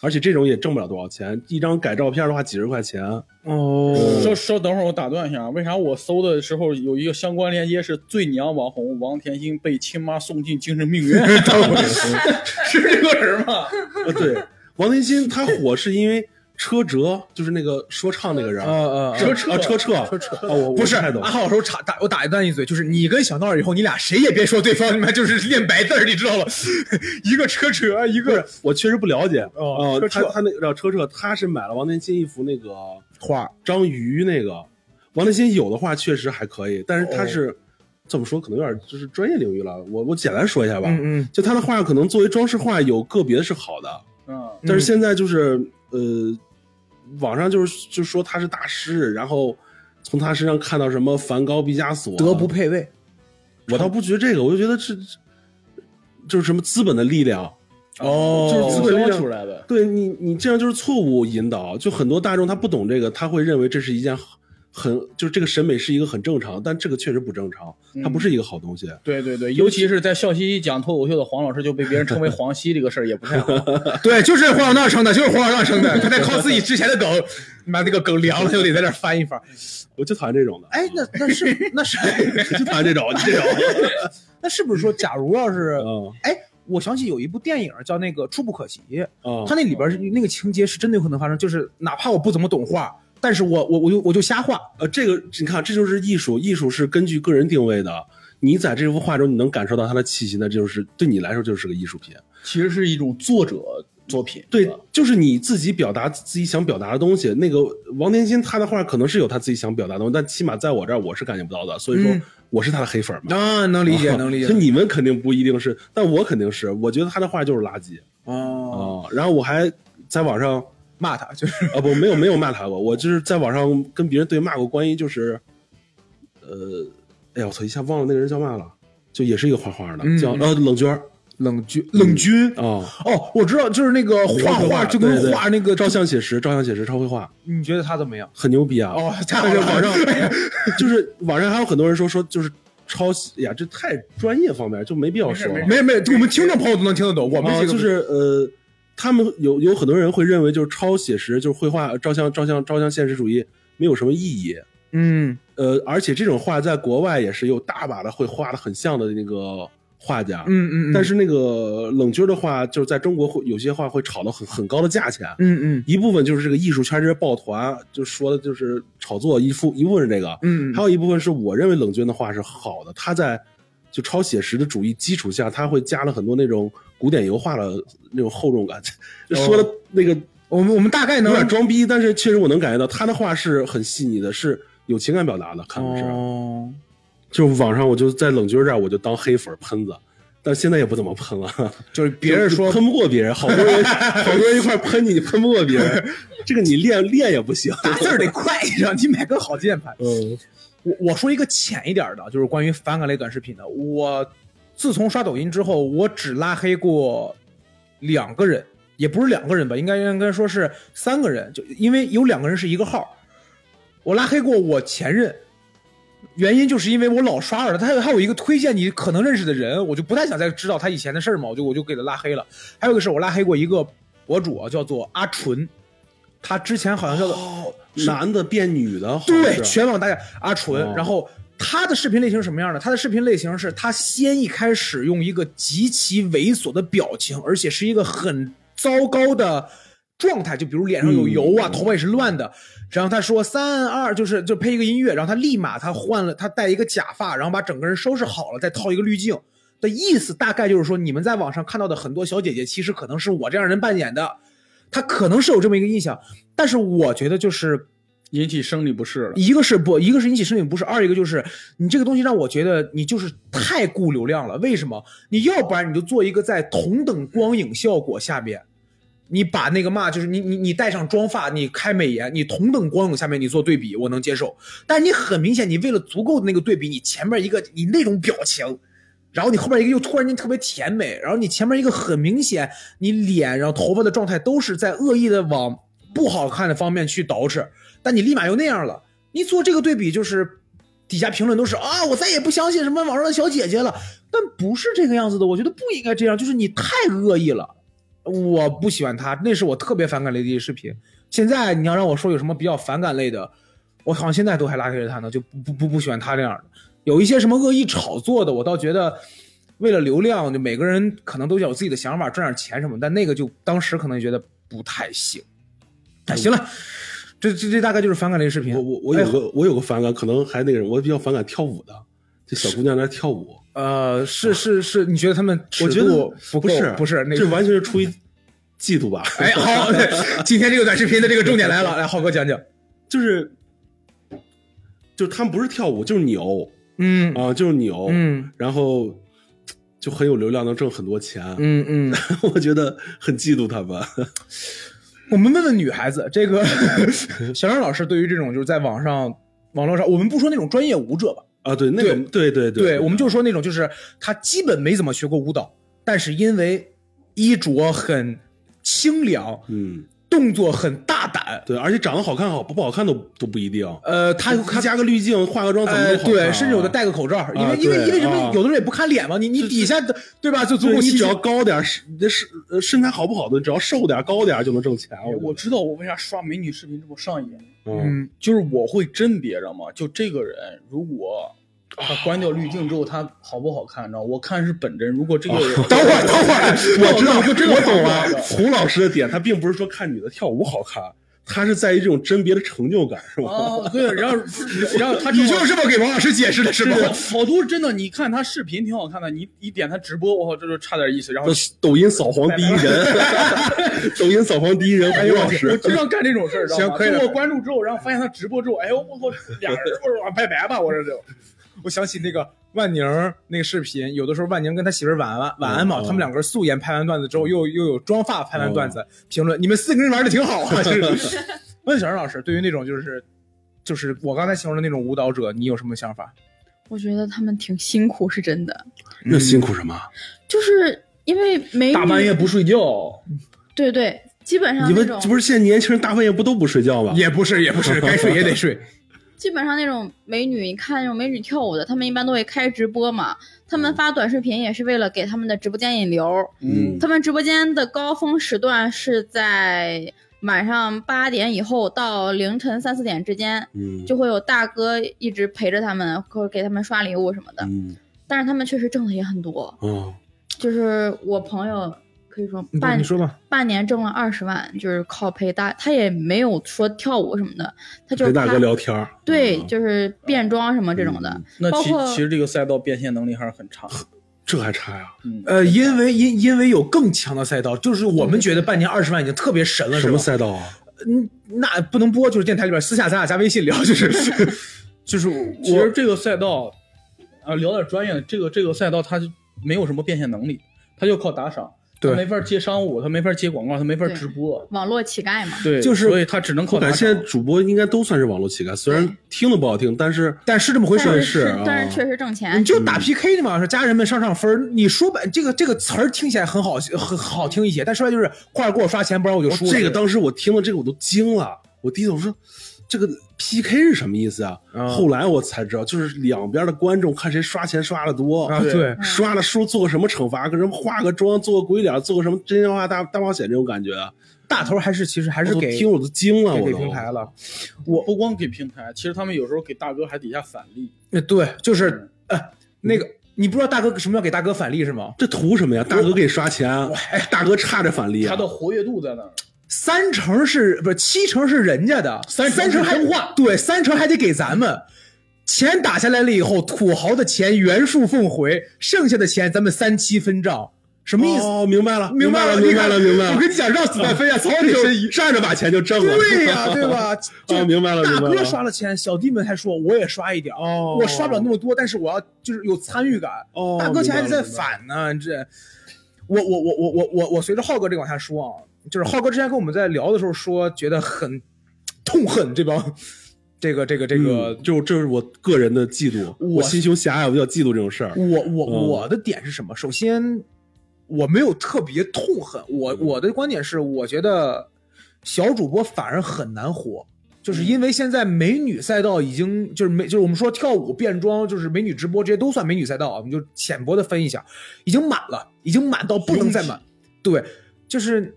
C: 而且这种也挣不了多少钱，一张改照片的话几十块钱。
A: 哦
B: 说说，等会儿我打断一下，啊为啥我搜的时候有一个相关链接是最娘网红王甜心被亲妈送进精神病院？ 是这个人吗？
C: 呃，对，王天心他火是因为车辙，就是那个说唱那个人，
A: 呃
C: 车
A: 呃，
C: 辙啊车辙车辙，啊我我
A: 不是
C: 太懂
A: 阿。浩老师，我插打我打断一嘴，就是你跟小闹以后，你俩谁也别说对方，你们就是练白字儿，你知道吧？ 一个车辙，一
C: 不
A: 个
C: 是，我确实不了解。
A: 哦
C: 呃
A: 车
C: 他
A: 辙
C: 他那个车辙，他是买了王天心一幅那个
A: 画。
C: 章鱼那个。王天心有的话确实还可以，但是他是、怎么说，可能有点就是专业领域了。我我简单说一下吧，
A: 嗯嗯，
C: 就他的画可能作为装饰画，有个别是好的，
B: 嗯，
C: 但是现在就是、呃，网上就是就说他是大师，然后从他身上看到什么梵高、毕加索，啊
A: 德不配位。
C: 我倒不觉得这个，我就觉得这就是什么资本的力量。
A: 哦
C: 就是资本力
B: 教
C: 量
B: 出来的。
C: 对你，你这样就是错误引导。就很多大众他不懂这个，他会认为这是一件很就是这个审美是一个很正常，但这个确实不正常，
A: 嗯
C: 它不是一个好东西。
B: 对对对，尤其是在笑嘻嘻讲脱口秀的黄老师就被别人称为黄西，这个事儿也不太好。
A: 对，就是黄小闹生的，就是黄小闹生的，他在靠自己之前的梗，把那个梗凉了，就得在这儿翻一翻。
C: 我就讨厌这种的，
A: 哎，那那是那是
C: 就讨厌这种， 你这种，
A: 那是不是说，假如要是
C: 嗯
A: 哎，我想起有一部电影叫那个《触不可及》，
C: 嗯，
A: 它那里边儿是那个情节是真的有可能发生，就是哪怕我不怎么懂画，但是我我我就我就瞎画。
C: 呃，这个你看，这就是艺术，艺术是根据个人定位的。你在这幅画中，你能感受到它的气息，那就是对你来说就是个艺术品。
B: 其实是一种作者作品。
C: 对，就是你自己表达自己想表达的东西。那个王天心他的画可能是有他自己想表达的东西，但起码在我这儿我是感觉不到的，所以说
A: 嗯
C: 我是他的黑粉嘛。
A: 啊，能理解， 能理
C: 就
A: 解。
C: 你们肯定不一定是，但我肯定是，我觉得他的画就是垃圾啊、
A: 哦，
C: 然后我还在网上
A: 骂他就是
C: 啊不没有没有骂他过，我就是在网上跟别人对骂过，关于就是，呃，哎呀我操一下忘了那个人叫嘛了，就也是一个画画的，
A: 嗯
C: 叫呃冷娟儿
A: 冷军，嗯冷军。
C: 啊，
A: 哦，我知道，就是那个画
C: 绘
A: 画就跟
C: 对
A: 画
C: 对
A: 那个
C: 照，相写实，照相写实，超会画，
A: 你觉得他怎么样？
C: 很牛逼啊！
A: 哦，太好了，
C: 但是网上就是网上还有很多人说说就是抄袭哎呀，这太专业方面就没必要说了。
A: 没没，我们听众朋友都能听得懂，我们
C: 啊
A: 这个
C: 就是呃，他们有有很多人会认为就是超写实，就是绘画照相照相照相现实主义没有什么意义。
A: 嗯
C: 呃，而且这种画在国外也是有大把的会画的很像的那个画家。
A: 嗯嗯，
C: 但是那个冷军的话，就是在中国会有些画会炒到很很高的价钱，
A: 嗯嗯
C: 一部分就是这个艺术圈这些抱团就说的就是炒作一副一部分是这个，
A: 嗯，
C: 还有一部分是我认为冷军的画是好的，他在就超写实的主义基础下，他会加了很多那种古典油画的那种厚重感。
A: 哦
C: 说的那个
A: 我们我们大概
C: 有
A: 能
C: 点装逼，但是确实我能感觉到他的画是很细腻的，是有情感表达的，看的是。
A: 哦，
C: 就网上我就在冷军这儿我就当黑粉喷子，但现在也不怎么喷了，
A: 就是别人说
C: 喷不过别人，好多人好多人一块喷你，你喷不过别人，这个你练练也不行。
A: 打字儿得快 一点，你买个好键盘。
C: 嗯
A: 我我说一个浅一点儿的，就是关于反感类短视频的。我自从刷抖音之后，我只拉黑过两个人，也不是两个人吧，应该应该说是三个人，就因为有两个人是一个号，我拉黑过我前任。原因就是因为我老刷了他，他有他有一个推荐你可能认识的人，我就不太想再知道他以前的事儿嘛，我就我就给他拉黑了。还有一个是我拉黑过一个博主啊，叫做阿纯，他之前好像叫做、
C: 男的变女的，好像
A: 对，
C: 是
A: 全网大家阿纯，
C: 哦
A: 然后他的视频类型是什么样的？他的视频类型是他先一开始用一个极其猥琐的表情，而且是一个很糟糕的状态，就比如脸上有
C: 嗯
A: 油啊，头发也是乱的。然后他说三二，就是就配一个音乐，然后他立马他换了，他戴一个假发，然后把整个人收拾好了，再套一个滤镜。的意思大概就是说，你们在网上看到的很多小姐姐，其实可能是我这样人扮演的，他可能是有这么一个印象，但是我觉得就是
B: 引起生理不适了。
A: 一个是不，一个是引起生理不适，二一个就是你这个东西让我觉得你就是太顾流量了。为什么？你要不然你就做一个在同等光影效果下面，你把那个嘛，就是你你你戴上妆发，你开美颜，你同等光影下面你做对比，我能接受。但你很明显，你为了足够的那个对比，你前面一个你那种表情。然后你后面一个又突然间特别甜美，然后你前面一个很明显，你脸然后头发的状态都是在恶意的往不好看的方面去捯饬，但你立马又那样了。你做这个对比，就是底下评论都是啊，我再也不相信什么网上的小姐姐了。但不是这个样子的，我觉得不应该这样，就是你太恶意了。我不喜欢他，那是我特别反感类的一视频。现在你要让我说有什么比较反感类的，我好像现在都还拉黑着他呢，就不不不不喜欢他这样的。有一些什么恶意炒作的，我倒觉得为了流量，就每个人可能都有自己的想法，赚点钱什么，但那个就当时可能觉得不太行。哎，行了，这这这大概就是反感类视频。
C: 嗯我我我
A: 哎
C: 有个我有个反感，可能还那个人，我比较反感跳舞的，这小姑娘在那跳舞，
A: 呃，是是是，你觉得他们尺
C: 我觉
A: 度
C: 得
A: 不够
C: 是
A: 不是那
C: 这
A: 个？
C: 完全是出于嫉妒吧？
A: 哎，好，对今天这个短视频的这个重点来了，来浩哥讲讲。
C: 就是就是他们不是跳舞，就是扭
A: 嗯
C: 啊，就是扭，
A: 嗯
C: 然后就很有流量，能挣很多钱，
A: 嗯嗯，
C: 我觉得很嫉妒他们。
A: 我们问问女孩子，这 个小张老师对于这种就是在网上网络上，我们不说那种专业舞者吧，
C: 啊，对，那个对对对
A: 对，我们就说那种就是他基本没怎么学过舞蹈，但是因为衣着很清凉，
C: 嗯，
A: 动作很大胆，
C: 对，而且长得好看好不好看都都不一定，
A: 呃，他
C: 他加个滤镜，化个妆怎么
A: 呃，
C: 都好看啊、
A: 对，甚至有的戴个口罩，因为因为
C: 对
A: 因为什么
C: 啊？
A: 有的人也不看脸嘛，你你底下的对吧？就足
C: 对。
A: 够
C: 你
A: 吸
C: 只
A: 睛
C: 要高点儿，身身身材好不好的，只要瘦点儿高点儿就能挣钱。
B: 我
C: 我觉
B: 知道我为啥刷美女视频这么上瘾，
C: 得，
A: 哎嗯
B: 就是我会甄别着嘛，就这个人如果。他关掉滤镜之后，他好不好看？你知道，我看是本真。如果这个人，
C: 等会儿，等会 儿，我知道，
B: 那我就真的
C: 我懂
B: 看不
C: 了。
B: 了
C: 胡老师的点，他并不是说看女的跳舞好看，他是在于这种甄别的成就感，是吧？
B: 啊，对，然后然后他
A: 哦你就是这么给王老师解释的是吗？
B: 好好多真的，你看他视频挺好看的，你一点他直播，我靠，这就差点意思。然后
C: 都是抖音扫黄第一人， 抖音扫黄第一
A: 哎
C: 人胡老
B: 我
C: 师，
B: 经常干这种事儿，知道吗
A: 行可以了
B: 就我关注之后，然后发现他直播之后，哎呦，我靠，俩人不是我拜拜吧，我这就。
A: 我想起那个万宁儿那个视频，有的时候万宁跟他媳妇儿晚安晚安嘛，
C: 嗯
A: 他们两个人素颜拍完段子之后，又又有妆发拍完段子，评论你们四个人玩的挺好啊。就是、问小任老师，对于那种就是就是我刚才形容的那种舞蹈者，你有什么想法？
D: 我觉得他们挺辛苦，是真的，
C: 那辛苦什么？
D: 嗯就是因为美
B: 大半
D: 女，
B: 夜不睡觉，
D: 对对，基本上
C: 你
D: 那
C: 们
D: 种
C: 这不是现在年轻人大半夜不都不睡觉吗？
A: 也不是也不是，该睡也得睡。
D: 基本上那种美女，你看那种美女跳舞的，她们一般都会开直播嘛。她们发短视频也是为了给他们的直播间引流。
C: 嗯
D: 他们直播间的高峰时段是在晚上八点以后到凌晨三四点之间，
C: 嗯
D: 就会有大哥一直陪着他们，或者给他们刷礼物什么的。
C: 嗯
D: 但是他们确实挣的也很多，
C: 哦，
D: 就是我朋友可以说
A: 你
D: 半
A: 你说吧，
D: 半年挣了二十万，就是靠陪大，他也没有说跳舞什么的，他就
C: 陪大
D: 趴
C: 哥聊天儿
D: 对，
C: 嗯
D: 就是变装什么这种的。
C: 嗯
B: 那
D: 包
B: 其
D: 括
B: 其实这个赛道变现能力还是很差。
C: 这还差呀？
B: 嗯，
A: 呃，因为因因为有更强的赛道，就是我们觉得半年二十万已经特别神了，
C: 什么
A: 是吧？
C: 赛道啊？
A: 嗯，那不能播，就是电台里边私下咱俩加微信聊，就是就是
B: 其
A: 我
B: 实这个赛道，啊，聊点专业的，这个这个赛道它没有什么变现能力，他就靠打赏，
A: 对
B: 他没法接商务，他没法接广告，他没法
D: 对
B: 直播，
D: 网络乞丐嘛，
B: 对，
A: 就是
B: 所以他只能靠
C: 我
B: 打
C: 感觉
B: 赏
C: 现。在主播应该都算是网络乞丐，虽然听的不好听，但是
A: 但是这么回事
D: 但
A: 儿
D: 是
C: 是啊
D: 但是确实挣
A: 你
D: 钱，
A: 就
C: 嗯
A: 打 PK 的嘛，说家人们上上分儿。你说白这个这个词儿听起来很好，很好听一些，但说白就是快点给我刷钱，不然我就
C: 我
A: 输了。
C: 哦这个当时我听了这个我都惊了，我第一次我说这个 PK 是什么意思啊？
A: 嗯
B: 啊
C: 后来我才知道，就是两边的观众看谁刷钱刷的多
A: 啊，
B: 对
A: 对，
C: 刷了输做个什么惩罚，跟什么化个妆，做个鬼脸，做个什么真心话大大冒险这种感觉，
A: 大头还是其实还
C: 还
A: 是给
C: 听我都惊了，
A: 给
C: 我
A: 给
C: 都
A: 平台了。
B: 我不光给平台，其实他们有时候给大哥还底下返利。
A: 呃对，就是呃那个，你不知道大哥什么叫给大哥返利是吗？
C: 这图什么呀？大哥给你刷钱，哎，大哥差着返利
B: 他
C: 啊
B: 的！活跃度在那儿，
A: 三成是不是七成是人家的，
B: 三
A: 三
B: 成
A: 成
B: 是
A: 还
B: 真话
A: 对，三成还得给咱们。钱打下来了以后，土豪的钱原数奉回，剩下的钱咱们三七分账，什么意思？
C: 哦，明白了，
A: 明
C: 白
A: 白了
C: 明白了，
A: 你看
C: 明白了。哦哎
A: 我跟你讲，让子弹飞呀，曹
C: 这
A: 你
C: 就
A: 这
C: 站着把钱就挣了，
A: 对呀、 对？ 吧？就
C: 啊，明白了，
A: 大
C: 明白
A: 哥
C: 了。
A: 刷了钱，小弟们还说我也刷一点儿，
C: 哦
A: 我刷不了那么多，但是我要就是有参与感。
C: 哦
A: 大哥钱还得再返呢，这我我我我我我我随着浩哥这个往下说啊，就是浩哥之前跟我们在聊的时候说，觉得很痛恨这帮这个这个这
C: 这
A: 个。
C: 个就这是我个人的嫉妒，我
A: 我
C: 心胸狭隘，我比较嫉妒这种事儿。
A: 我我
C: 嗯
A: 我的点是什么？首先，我没有特别痛恨我我的观点是，我觉得小主播反而很难活，就是因为现在美女赛道已经就是美就是我们说跳舞、变装，就是美女直播这些都算美女赛道啊，我们就浅薄的分一下，已经满了，已经满到不能再满。对，就是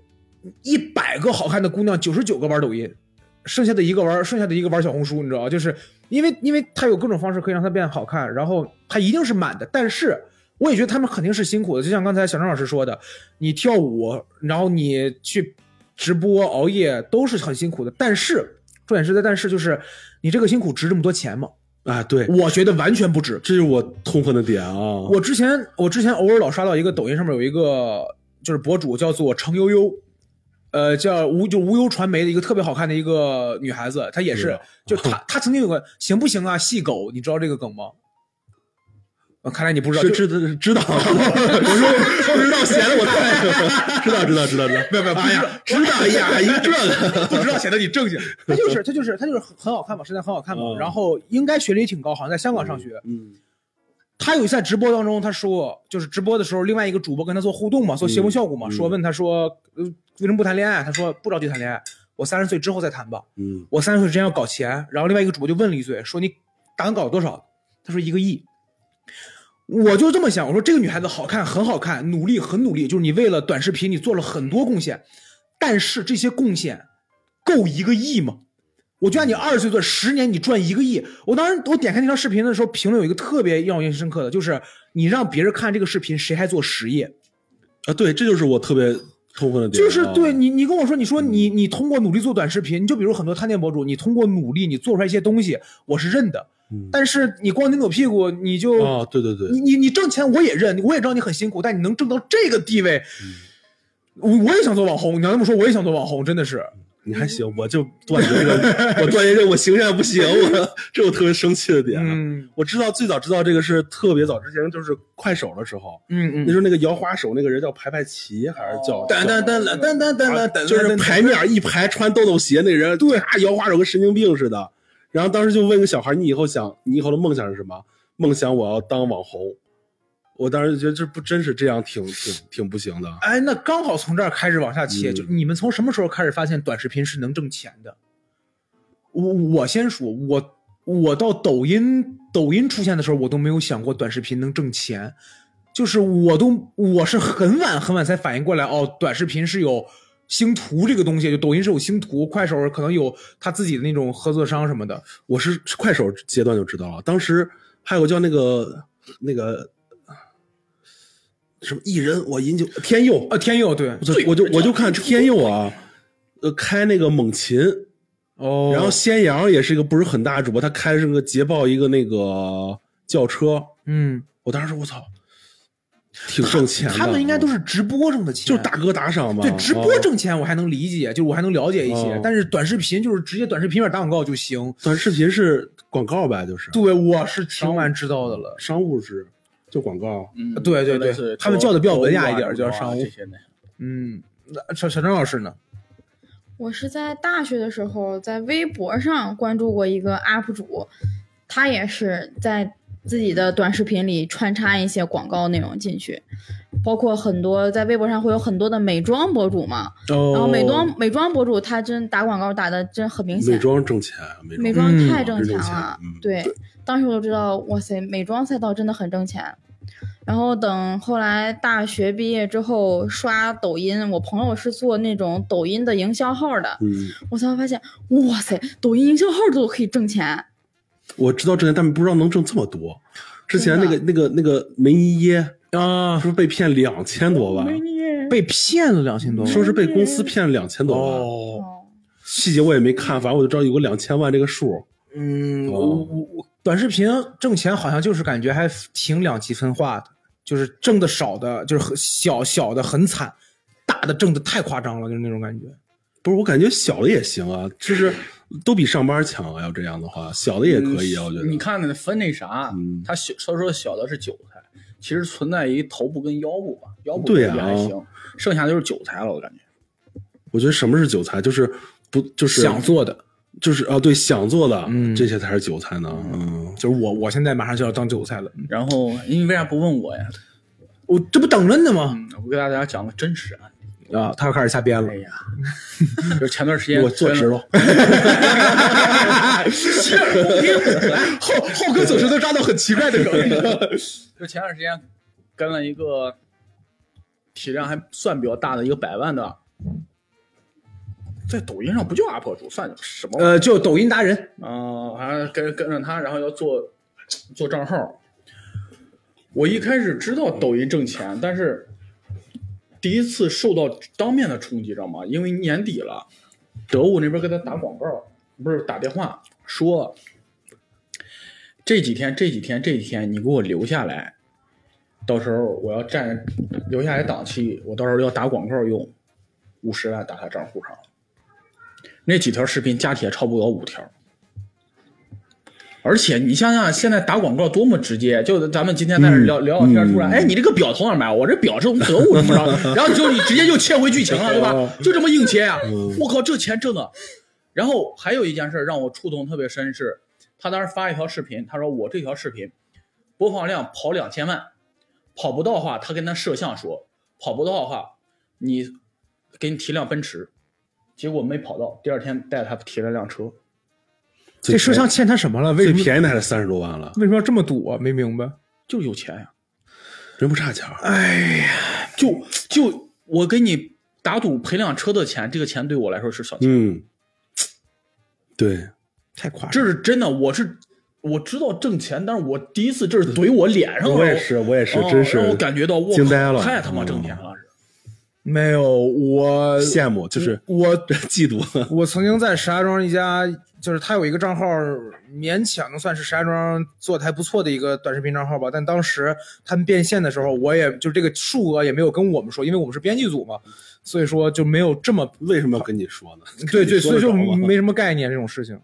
A: 一百个好看的姑娘，九十九个玩抖音，剩下的一个玩，剩下的一个玩小红书，你知道吗？就是因为因为它有各种方式可以让它变好看，然后它一定是满的。但是我也觉得他们肯定是辛苦的，就像刚才小张老师说的，你跳舞，然后你去直播熬夜都是很辛苦的。但是重点是在但是就是你这个辛苦值这么多钱吗？
C: 啊，对，
A: 我觉得完全不值。
C: 这是我痛恨的点啊。
A: 我之前我之前偶尔老刷到一个抖音上面有一个就是博主叫做程悠悠，呃，叫无就无忧传媒的一个特别好看的一个女孩子，她也
C: 是
A: 是
C: 吧，
A: 就她她曾经有个行不行啊细狗，你知道这个梗吗？呃看来你不知道，
C: 是
A: 就
C: 知道知道，我说不知道，显得我太知道知道知道知道，没有没有，哎呀，知道哎呀，一 这个
A: 不知道显得你正 经。她就是她就是她就是很很好看嘛，身材很好看嘛，
C: 嗯
A: 然后应该学历挺高，好像在香港上学。
C: 嗯，
A: 他有一次在直播当中，他说，就是直播的时候，另外一个主播跟他做互动嘛，做协
C: 嗯
A: 同效果嘛，
C: 嗯
A: 说问他说，呃，为什么不谈恋爱？他说不着急谈恋爱，我三十岁之后再谈吧，
C: 嗯
A: 我三十岁之前要搞钱。然后另外一个主播就问了一嘴，说你打算搞多少？他说一个亿。我就这么想，我说这个女孩子好看，很好看，努力很努力，就是你为了短视频你做了很多贡献，但是这些贡献够一个亿吗？我就按你二十岁做，十年你赚一个亿。我当时我点开那条视频的时候，评论有一个特别让我印象深刻的，就是你让别人看这个视频，谁还做实业？
C: 啊，对，这就是我特别痛恨的点啊，
A: 就是对你，你跟我说，你说你
C: 嗯
A: 你通过努力做短视频，你就比如很多探店博主，你通过努力你做出来一些东西，我是认的
C: 嗯。
A: 但是你光拧扭屁股，你就
C: 啊，对对对，
A: 你你你挣钱我也认，我也知道你很辛苦，但你能挣到这个地位，
C: 嗯
A: 我我也想做网红。你要这么说，我也想做网红，真的是。
C: 你还行，我就断这个，我断言这我形象不行，我这我特别生气的点啊。
A: 嗯
C: 我知道最早知道这个是特别早之前，就是快手的时候，
A: 嗯
C: 那时候那个摇花手那个人叫排排齐还是叫
B: 哦
C: 叫
B: 噔噔噔噔噔噔噔
C: 啊就是牌面一排穿豆豆鞋那人，对啊，摇花手跟神经病似的。然后当时就问个小孩，你以后想你以后的梦想是什么？梦想我要当网红。我当时就觉得这不真是这样挺，挺挺不行的。
A: 哎，那刚好从这儿开始往下切，
C: 嗯
A: 就你们从什么时候开始发现短视频是能挣钱的？我我先说，我我到抖音抖音出现的时候，我都没有想过短视频能挣钱，就是我都我是很晚很晚才反应过来，哦，短视频是有星图这个东西，就抖音是有星图，快手可能有他自己的那种合作商什么的。
C: 我是快手阶段就知道了，当时还有叫那个那个什么艺人，我饮酒天佑，
A: 啊，天佑对，
C: 我就我就我就看天佑啊，呃，开那个猛禽，
A: 哦
C: 然后仙阳也是一个不是很大的主播，他开是个捷豹一个那个轿车，
A: 嗯，
C: 我当时说我操，挺挣钱的。
A: 他们应该都是直播挣的钱，
C: 就是大哥打赏嘛，
A: 对，直播挣钱我还能理解，就我还能了解一些
C: 哦，
A: 但是短视频就是直接短视频里面打广告就行。
C: 短视频是广告呗，就是哦
A: 对，我是挺晚知道的了。
C: 商务是就广告。
B: 嗯，
A: 对对对
B: 是
A: 他们叫得比较
B: 啊
A: 文雅一点
B: 就
A: 叫商务
B: 这些的。
A: 嗯，那小小张老师呢？
D: 我是在大学的时候在微博上关注过一个 UP 主，他也是在自己的短视频里穿插一些广告内容进去，包括很多在微博上会有很多的美妆博主嘛，
A: 哦
D: 然后美妆美妆博主他真打广告打的真很明显
C: 美，妆挣钱，美
D: 美
C: 妆
D: 妆
A: 嗯
D: 太挣
C: 真
D: 钱
C: 挣
D: 了，
C: 钱嗯
D: 对，当时我就知道，哇塞，美妆赛道真的很挣钱。然后等后来大学毕业之后刷抖音，我朋友是做那种抖音的营销号的，
C: 嗯，
D: 我才发现，哇塞，抖音营销号都可以挣钱。
C: 我知道挣钱，但不知道能挣这么多。之前那个那个那个梅妮耶
A: 啊
C: 是不是被骗两千多万？
A: 被骗了两千多万，
C: 说是被公司骗了两千多万，
A: 哦，
D: 哦，
C: 细节我也没看，反正我就知道有个两千万这个数。
A: 嗯，
C: 哦
A: 我我我短视频挣钱好像就是感觉还挺两极分化的，就是挣的少的，就是很小小的很惨，大的挣的太夸张了，就是那种感觉。
C: 不是，我感觉小的也行啊，就是都比上班强啊。要这样的话，小的也可以啊，我觉得。
B: 嗯你看那分那啥，
C: 嗯
B: 他小他说小的是韭菜，其实存在于头部跟腰部吧，腰部
C: 对啊
B: 也还
A: 哦
B: 行，剩下就是韭菜了，我感觉。
C: 我觉得什么是韭菜，就是不就是
A: 想做的，
C: 就是啊，对，想做的，
A: 嗯
C: 这些才是韭菜呢。嗯，
A: 就是我我现在马上就要当韭菜了，
B: 然后你为啥不问我呀？
A: 我这不等着呢吗？
B: 嗯，我给大家讲个真实案例。
A: 啊，他又开始瞎编了
B: 哎。呀，就是前段时间
C: 我坐直了，
A: 浩浩哥总是能抓到很奇怪的 梗。
B: 就前段时间跟了一个体量还算比较大的一个百万的，在抖音上不叫 UP 主，算什么玩意儿？
A: 呃，就抖音达人，
B: 啊，还跟跟着他，然后要做做账号。我一开始知道抖音挣钱，但是第一次受到当面的冲击，知道吗？因为年底了，得物那边给他打广告，不是打电话说这几天、这几天、这几天你给我留下来，到时候我要占留下来档期，我到时候要打广告用五十万打他账户上。那几条视频加起来超不了五条。而且你想想，现在打广告多么直接！就咱们今天在这聊、聊聊天，突然，哎，你这个表从哪儿买？我这表是从得物什么着？然后就你直接就切回剧情了，对吧？就这么硬切呀、我靠，这钱挣的！然后还有一件事让我触动特别深是，他当时发一条视频，他说我这条视频播放量跑两千万，跑不到的话，他跟他摄像说，跑不到的话，你给你提辆奔驰，结果没跑到，第二天带他提了辆车。
A: 这摄像欠他什么了？为
C: 最
A: 什么
C: 便宜的还是三十多万了，
A: 为什么要这么赌啊？没明白。
B: 就有钱呀、
C: 人不差钱儿。
A: 哎
B: 就就我给你打赌赔辆车的钱，这个钱对我来说是小钱，
C: 嗯，对，
A: 太夸张
B: 这是真的，我是我知道挣钱，但是我第一次这是怼我脸上了，
C: 我也是，我也是，
B: 哦
C: 真是
B: 让我感觉到我
C: 惊呆了，
B: 太他妈挣钱了，
A: 嗯
B: 是
A: 没有我
C: 嗯，羡慕就是
A: 我
C: 嫉妒。
A: 我曾经在石家庄一家，就是他有一个账号，勉强能算是石家庄做的还不错的一个短视频账号吧。但当时他们变现的时候，我也就这个数额也没有跟我们说，因为我们是编辑组嘛，所以说就没有这么
C: 为什么要跟你说呢？
A: 对对，
C: 你说
A: 所
C: 得啊
A: 以就
C: 着吗
A: 没什么概念这种事情。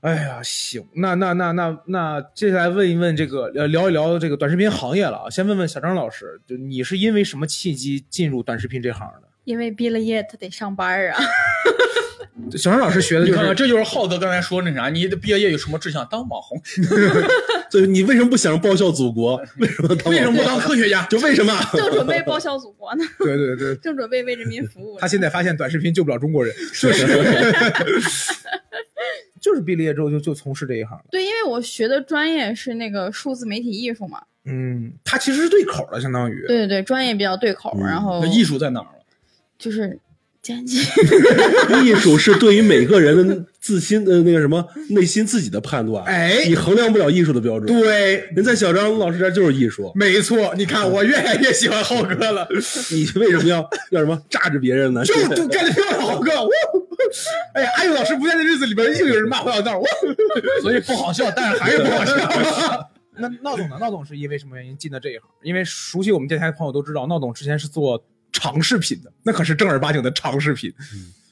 A: 哎呀，行，那那那那那，接下来问一问这个，呃，聊一聊这个短视频行业了啊。先问问小张老师，就你是因为什么契机进入短视频这行的？
D: 因为毕了业，他得上班儿啊。
A: 小张老师学的
B: 你
A: 就
B: 看看，
A: 是
B: 这就是浩哥刚才说那啥，你毕业业有什么志向？当网红，
C: 对，你为什么不想报效祖 国？为什么当？
B: 为什么不当科学家？
C: 就为什么？
D: 正准备报效祖国呢，
A: 对对对，
D: 正准备为人民服务呢。
A: 他现在发现短视频救不了中国人， 就是 就是毕了业之后就就从事这一行了。
D: 对，因为我学的专业是那个数字媒体艺术嘛，
A: 嗯，他其实是对口的，相当于。
D: 对对对，专业比较对口，然后
B: 那艺术在哪儿了？
D: 就是剪辑。
C: 艺术是对于每个人的自心呃那个什么内心自己的判断，
A: 哎
C: 你衡量不了艺术的标准。
A: 对，
C: 人在小张老师这儿就是艺 术，
A: 没错，你看我越来越喜欢浩哥了。
C: 你为什么要要什么榨着别人 呢？
A: 就就干得漂亮，豪哥！我，哎呀，阿勇老师不在的日子里边，又有人骂胡小闹，我
B: 所以不好笑，但是还是不好笑。
A: 那闹总呢？闹总是因为什么原因进的这一行？因为熟悉我们电台的朋友都知道，闹总之前是做嗯长视频的，那可是正儿八经的长视频，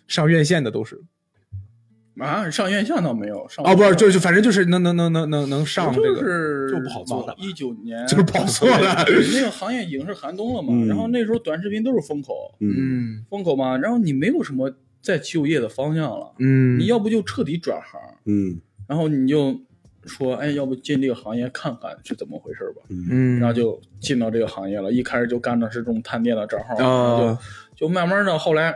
A: 上院线的都是。
B: 啊，上院校倒没有，上
A: 哦，不是，就是反正就是能能能能能能上这
B: 就
A: 个，
B: 是
A: 就不好做了
B: 一九年
A: 就是不好做了
B: 对那个行业已经是寒冬了嘛，
C: 嗯
B: 然后那时候短视频都是风口，
C: 嗯，
A: 嗯
B: 风口嘛，然后你没有什么再就业的方向了，
A: 嗯，
B: 你要不就彻底转行，
C: 嗯
B: 然后你就说，哎，要不进这个行业看看是怎么回事吧。
C: 嗯
A: 嗯，
B: 然后就进到这个行业了，一开始就干的是这种探店的账号，然后
A: 啊
B: 就就慢慢的后来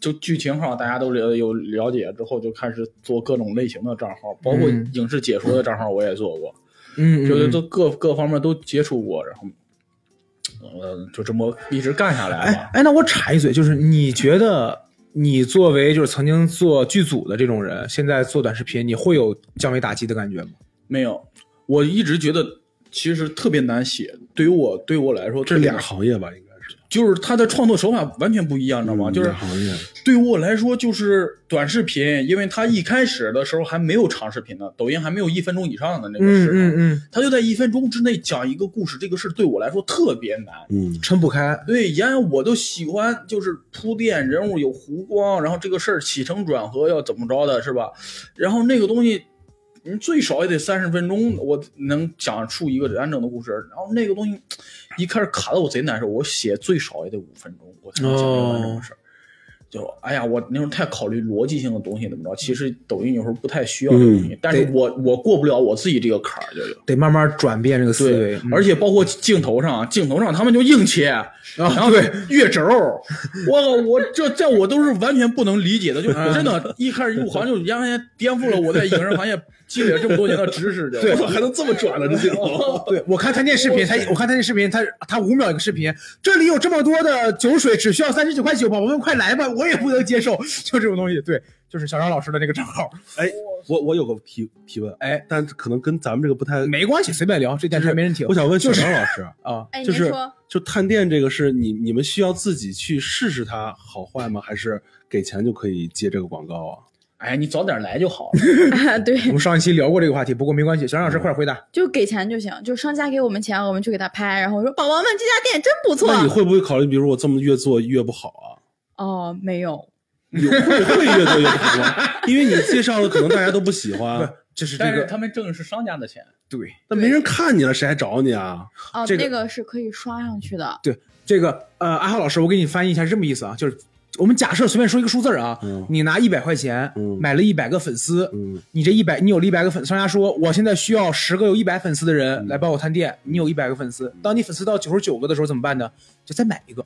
B: 就剧情号大家都了有了解之后，就开始做各种类型的账号，包括
A: 嗯
B: 影视解说的账号我也做过，
A: 嗯，
B: 就是
A: 嗯
B: 都各各方面都接触过，然后呃就这么一直干下来
A: 哎
B: 吧。
A: 哎，那我插一嘴，就是你觉得你作为就是曾经做剧组的这种人，现在做短视频，你会有降维打击的感觉吗？
B: 没有，我一直觉得其实特别难写，对于我对我来说
C: 这
B: 特别
C: 俩
B: 难
C: 行业吧，应该是，
B: 就是他的创作手法完全不一样，你知道吗？
C: 嗯
B: 就是
C: 俩行业，
B: 对于我来说，就是短视频，因为它一开始的时候还没有长视频呢，抖音还没有一分钟以上的那个
A: 嗯
B: 视频，
A: 嗯嗯，
B: 它就在一分钟之内讲一个故事，这个事对我来说特别难。
C: 嗯
A: 撑不开。
B: 对，以前我都喜欢就是铺垫人物有弧光，然后这个事儿起承转合要怎么着的，是吧？然后那个东西，你最少也得三十分钟，我能讲述一个完整的故事。然后那个东西一开始卡的我贼难受，我写最少也得五分钟，我才能讲一个完整的事儿。就哎呀，我那时候太考虑逻辑性的东西怎么着，其实抖音有时候不太需要这个东西，但是我我过不了我自己这个坎儿，就有。
A: 得慢慢转变这个思维
B: 对，，而且包括镜头上，镜头上他们就硬切，然
A: 啊
B: 后啊对越轴， 我我这在我都是完全不能理解的，就真的，一开始入行就完全颠覆了我在影视行业积累了这么多年的知识，对
C: 还能这么转呢？这镜头，
A: 对我看探店视频，他我看探店视频，他他五秒一个视频，这里有这么多的酒水，只需要三十九块九，宝宝们快来吧，我也不能接受，就这种东西，对，就是小张老师的那个账号，
C: 哎，我我有个提提问，
A: 哎，
C: 但可能跟咱们这个不太，
A: 没关系，随便聊，这电台没人听
C: 我想问小
A: 就是
C: 张老师，
A: 啊。
D: 哎，
C: 就
D: 您
C: 是
D: 说，
C: 就探店这个是你你们需要自己去试试它好坏吗？还是给钱就可以接这个广告啊？
B: 哎，你早点来就好了。
D: 对，
A: 我们上一期聊过这个话题，不过没关系，小
B: 嗯
A: 张老师快点回答。
D: 就给钱就行，就商家给我们钱，我们去给他拍，然后我说宝宝们这家店真不错。
C: 那你会不会考虑，比如我这么越做越不好啊？
D: 哦，没有，
C: 有会会越做越不好吗？因为你介绍了，可能大家都不喜欢，
A: 这是这
B: 啊但是
A: 个
B: 他们挣的是商家的钱，
A: 对
C: 那没人看你了，谁还找你啊？
D: 哦，
A: 这个
D: 那个是可以刷上去的。
A: 对，这个呃，阿浩老师，我给你翻译一下是这么意思啊，就是我们假设随便说一个数字儿啊，
C: 嗯
A: 你拿一百块钱、
C: 嗯
A: 买了一百个粉丝，
C: 嗯
A: 你这一百，你有了一百个粉，商家说我现在需要十个有一百粉丝的
C: 嗯
A: 人来帮我探店，你有一百个粉丝，当你粉丝到九十九个的时候怎么办呢？就再买一个，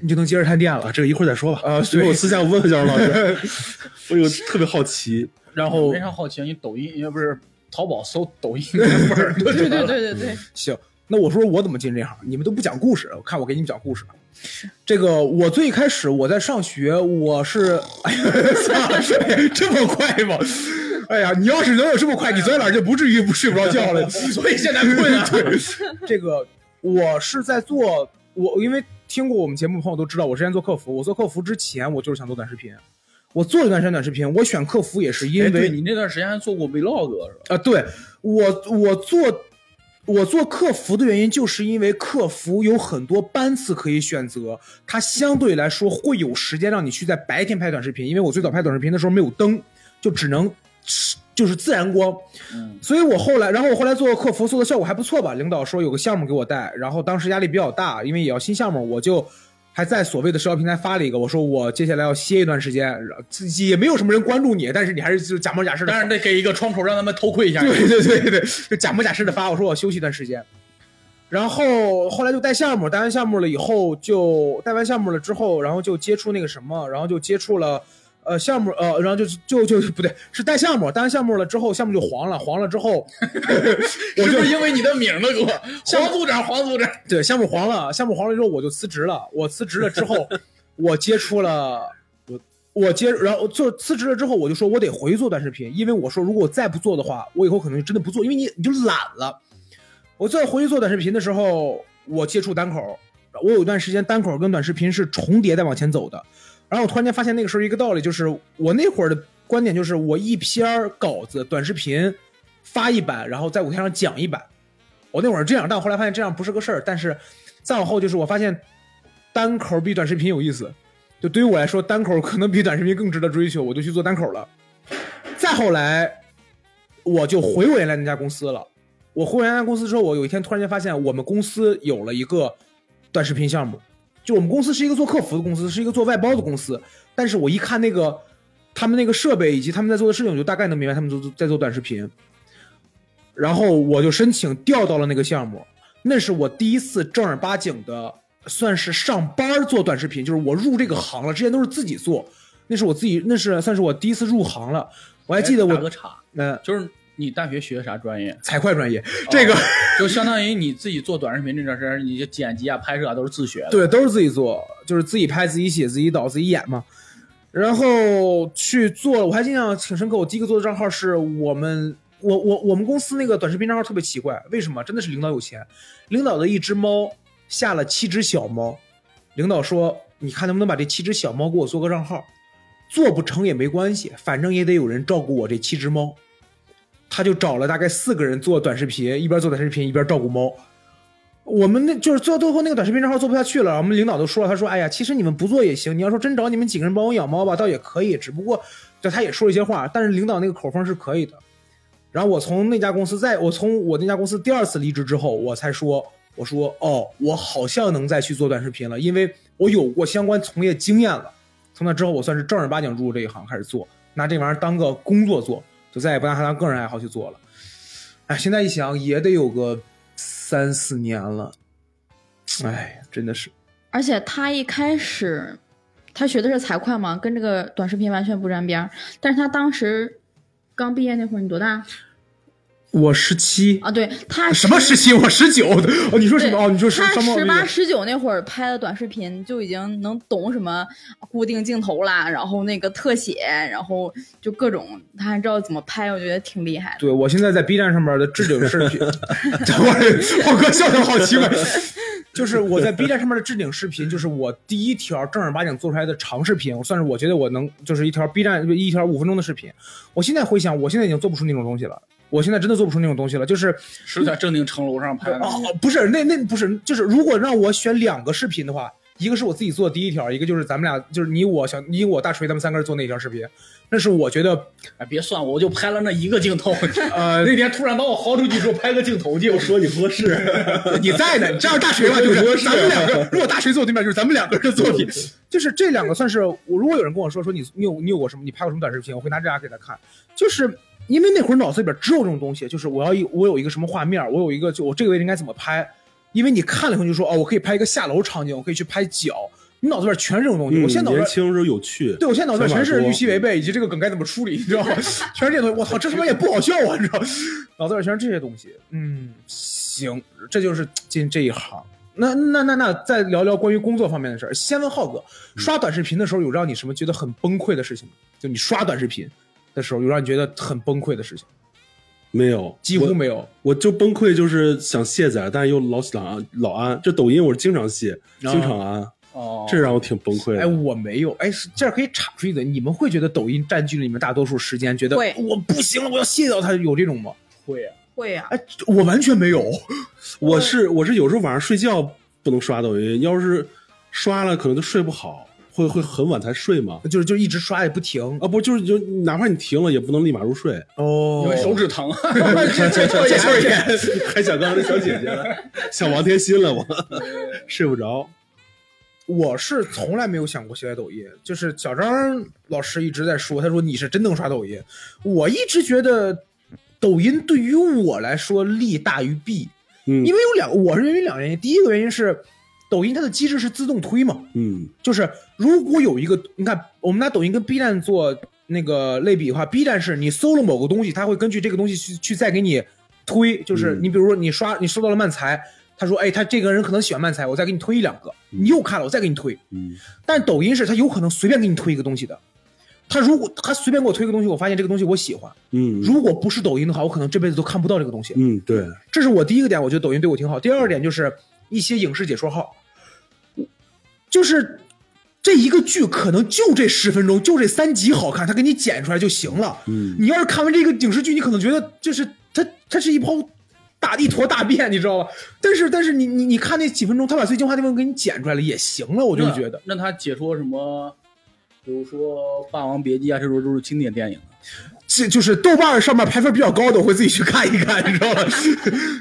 A: 你就能接着探店
C: 啊，
A: 了。
C: 这个一会儿再说吧。
A: 啊
C: 所以
A: 对
C: 我私下我问问小张 老师，我有特别好奇，
A: 然后
B: 没啥好奇。你抖音呃也不是淘宝搜抖音版本儿，
D: 对对对对对，
A: 行，那我说我怎么进这行？你们都不讲故事，我看我给你们讲故事。这个我最开始我在上学，我是，哎呀， 这么快吗？哎呀，你要是能有这么快，你昨天晚上就不至于不睡不着觉了。
B: 所以现在困 啊。
A: 这个我是在做，我因为听过我们节目的朋友都知道，我之前做客服，我做客服之前我就是想做短视频，我做了一段时间短视频，我选客服也是因
B: 哎，
A: 为
B: 对你那段时间还做过 vlog 是吧？
A: 啊，对我我做我做客服的原因，就是因为客服有很多班次可以选择，它相对来说会有时间让你去在白天拍短视频，因为我最早拍短视频的时候没有灯，就只能就是自然光，
B: 嗯，
A: 所以我后来，然后我后来做客服，做的效果还不错吧。领导说有个项目给我带，然后当时压力比较大，因为也要新项目，我就还在所谓的社交平台发了一个，我说我接下来要歇一段时间，然后自己也没有什么人关注你，但是你还是就假模假式的。
B: 但是得给一个窗口让他们偷窥一下。
A: 对对对对，就假模假式的发，我说我休息一段时间。然后后来就带项目，带完项目了以后就带完项目了之后，然后就接触那个什么，然后就接触了，呃，项目呃，然后就就就不对，是带项目，带完项目了之后，项目就黄了，黄了之后，
B: 我就是因为你的名儿呢，哥，黄组长，黄组长，
A: 对，项目黄了，项目黄了之后我就辞职了。我辞职了之后，我接触了，我我接，然后就辞职了之后，我就说我得回去做短视频，因为我说如果我再不做的话，我以后可能真的不做，因为你你就懒了。我再回去做短视频的时候，我接触单口，我有一段时间单口跟短视频是重叠在往前走的。然后我突然间发现那个时候一个道理，就是我那会儿的观点就是我一篇稿子短视频发一版，然后在舞台上讲一版。我那会儿这样，但我后来发现这样不是个事儿。但是再往后就是我发现单口比短视频有意思，就对于我来说，单口可能比短视频更值得追求，我就去做单口了。再后来，我就回我原来那家公司了。我回我原来公司之后，我有一天突然间发现，我们公司有了一个短视频项目。就我们公司是一个做客服的公司，是一个做外包的公司。但是我一看那个他们那个设备以及他们在做的事情，我就大概能明白他们做在做短视频。然后我就申请调到了那个项目，那是我第一次正儿八经的，算是上班做短视频，就是我入这个行了，之前都是自己做，那是我自己，那是算是我第一次入行了。我还记得
B: 哎打个
A: 我，
B: 岔，
A: 嗯，
B: 就是你大学学啥专业？
A: 财会专业，这个、
B: 就相当于你自己做短视频这段时间，你就剪辑啊、拍摄啊都是自学的。，
A: 对，都是自己做，就是自己拍、自己写、自己导、自己演嘛。然后去做了，我还印象挺深刻。我第一个做的账号是我们，我我我们公司那个短视频账号特别奇怪，为什么？真的是领导有钱，领导的一只猫下了七只小猫，领导说：“你看能不能把这七只小猫给我做个账号？做不成也没关系，反正也得有人照顾我这七只猫。”他就找了大概四个人做短视频，一边做短视频一边照顾猫。我们那就是做最后那个短视频账号做不下去了，我们领导都说了，他说：“哎呀，其实你们不做也行，你要说真找你们几个人帮我养猫吧，倒也可以。只不过，对他也说了一些话，但是领导那个口风是可以的。”然后我从那家公司在我从我那家公司第二次离职之后，我才说，我说哦，我好像能再去做短视频了，因为我有过相关从业经验了。从那之后，我算是正儿八经入这一行开始做，拿这玩意儿当个工作做，就再也不拿它当个人爱好去做了。哎，现在一想也得有个三四年了，哎，真的是，
D: 而且他一开始他学的是财会嘛，跟这个短视频完全不沾边儿。但是他当时刚毕业那会儿，你多大
A: 我十七
D: 啊？对，他
A: 什么十
D: 十
A: 七？我十九。哦，你说什
D: 对
A: 么？哦，你说
D: 他
A: 商贸易
D: 十八、十九那会儿拍的短视频就已经能懂什么固定镜头啦，然后那个特写，然后就各种，他还知道怎么拍，我觉得挺厉害的。
A: 对我现在在 B 站上面的置顶视频，等会儿浩哥笑的好奇怪。就是我在 B 站上面的置顶视频，就是我第一条正儿八经做出来的长视频，我算是我觉得我能，就是一条 B 站一条五分钟的视频。我现在回想，我现在已经做不出那种东西了，我现在真的做不出那种东西了。就是
B: 是在正定城楼上拍的。
A: 哦，不是，那那不是，就是如果让我选两个视频的话，一个是我自己做的第一条，一个就是咱们俩，就是你我小你我大锤咱们三个人做那条视频，那是我觉得
B: 哎，别算我，我就拍了那一个镜头。
A: 呃，
B: 那天突然把我薅出去说拍个镜头去，我说你合适。
A: 嗯 你在呢，你这样大锤吧，就是咱们两个，如果大锤坐我对面，就是咱们两个人的作品，就是这两个算是我。如果有人跟我说说你你有你有过什么，你拍过什么短视频，我会拿这俩给他看，就是。因为那会儿脑子里边只有这种东西，就是我要一我有一个什么画面，我有一个就我这个位置应该怎么拍，因为你看了以后你就说哦，我可以拍一个下楼场景，我可以去拍脚，你脑子里边全是这种东西。
C: 嗯
A: 我现在脑子里
C: 年
A: 边
C: 轻时候有趣，
A: 对，我现在脑子里全
C: 想
A: 是
C: 法多嗯
A: 预期违背以及这个梗该怎么处理，你知道吗？ 全是这些东西，我操，这他妈也不好笑啊，你知道吗？脑子里全是这些东西。嗯，行，这就是进这一行。那那那那，再聊聊关于工作方面的事儿。先问浩哥，
C: 嗯
A: 刷短视频的时候有让你什么觉得很崩溃的事情吗？就你刷短视频的时候有让你觉得很崩溃的事情？
C: 没有，
A: 几乎
C: 我
A: 没有。
C: 我就崩溃，就是想卸载，但是又老老安老安。这抖音我是经常卸，经常安，
B: 哦，
C: 这让我挺崩溃
A: 啊哎，
C: 的。
A: 我没有。哎，是这儿可以插出一嘴，你们会觉得抖音占据了你们大多数时间，觉得
D: 会
A: 我不行了，我要卸掉它，有这种吗？
B: 会啊。
D: 会呀、
A: 哎，我完全没有。
C: 我是我是有时候晚上睡觉不能刷抖音，要是刷了可能就睡不好，会会很晚才睡嘛。
A: 就是就一直刷也不停
C: 啊，不就是就哪怕你停了，也不能立马 入睡。
A: 哦
B: 因为手指疼，
A: 这事儿也
C: 还想刚才那小 姐姐了，想王天心了，我 睡不着。
A: 我是从来没有想过卸载抖音，就是小张老师一直在说，他说你是真能刷抖音，我一直觉得抖音对于我来说利大于弊，
C: 嗯
A: 因为有两，我是认为两个原因，第一个原因是抖音它的机制是自动推嘛，
C: 嗯，
A: 就是如果有一个，你看，我们拿抖音跟 B 站做那个类比的话，B 站是你搜了某个东西，它会根据这个东西去去再给你推，就是
C: 嗯
A: 你比如说你刷你搜到了漫才，他说哎他这个人可能喜欢漫才，我再给你推一两个，你又看了我再给你推，
C: 嗯，
A: 但抖音是他有可能随便给你推一个东西的，他如果他随便给我推一个东西，我发现这个东西我喜欢，
C: 嗯，
A: 如果不是抖音的话，我可能这辈子都看不到这个东西，
C: 嗯对，
A: 这是我第一个点，我觉得抖音对我挺好。第
B: 嗯
A: 二点就是一些影视解说号，就是这一个剧可能就这十分钟，就这三集好看，他给你剪出来就行了。
C: 嗯
A: 你要是看完这个影视剧，你可能觉得就是它它是一泡大一坨大便，你知道吧？但是但是你你你看那几分钟，他把最精华地方给你剪出来了也行了，我
B: 我
A: 就觉得。
B: 那他解说什么，比如说《霸王别姬》啊，这种都是经典电影。
A: 这就是豆瓣上面排分比较高的，我会自己去看一看，你知道吗？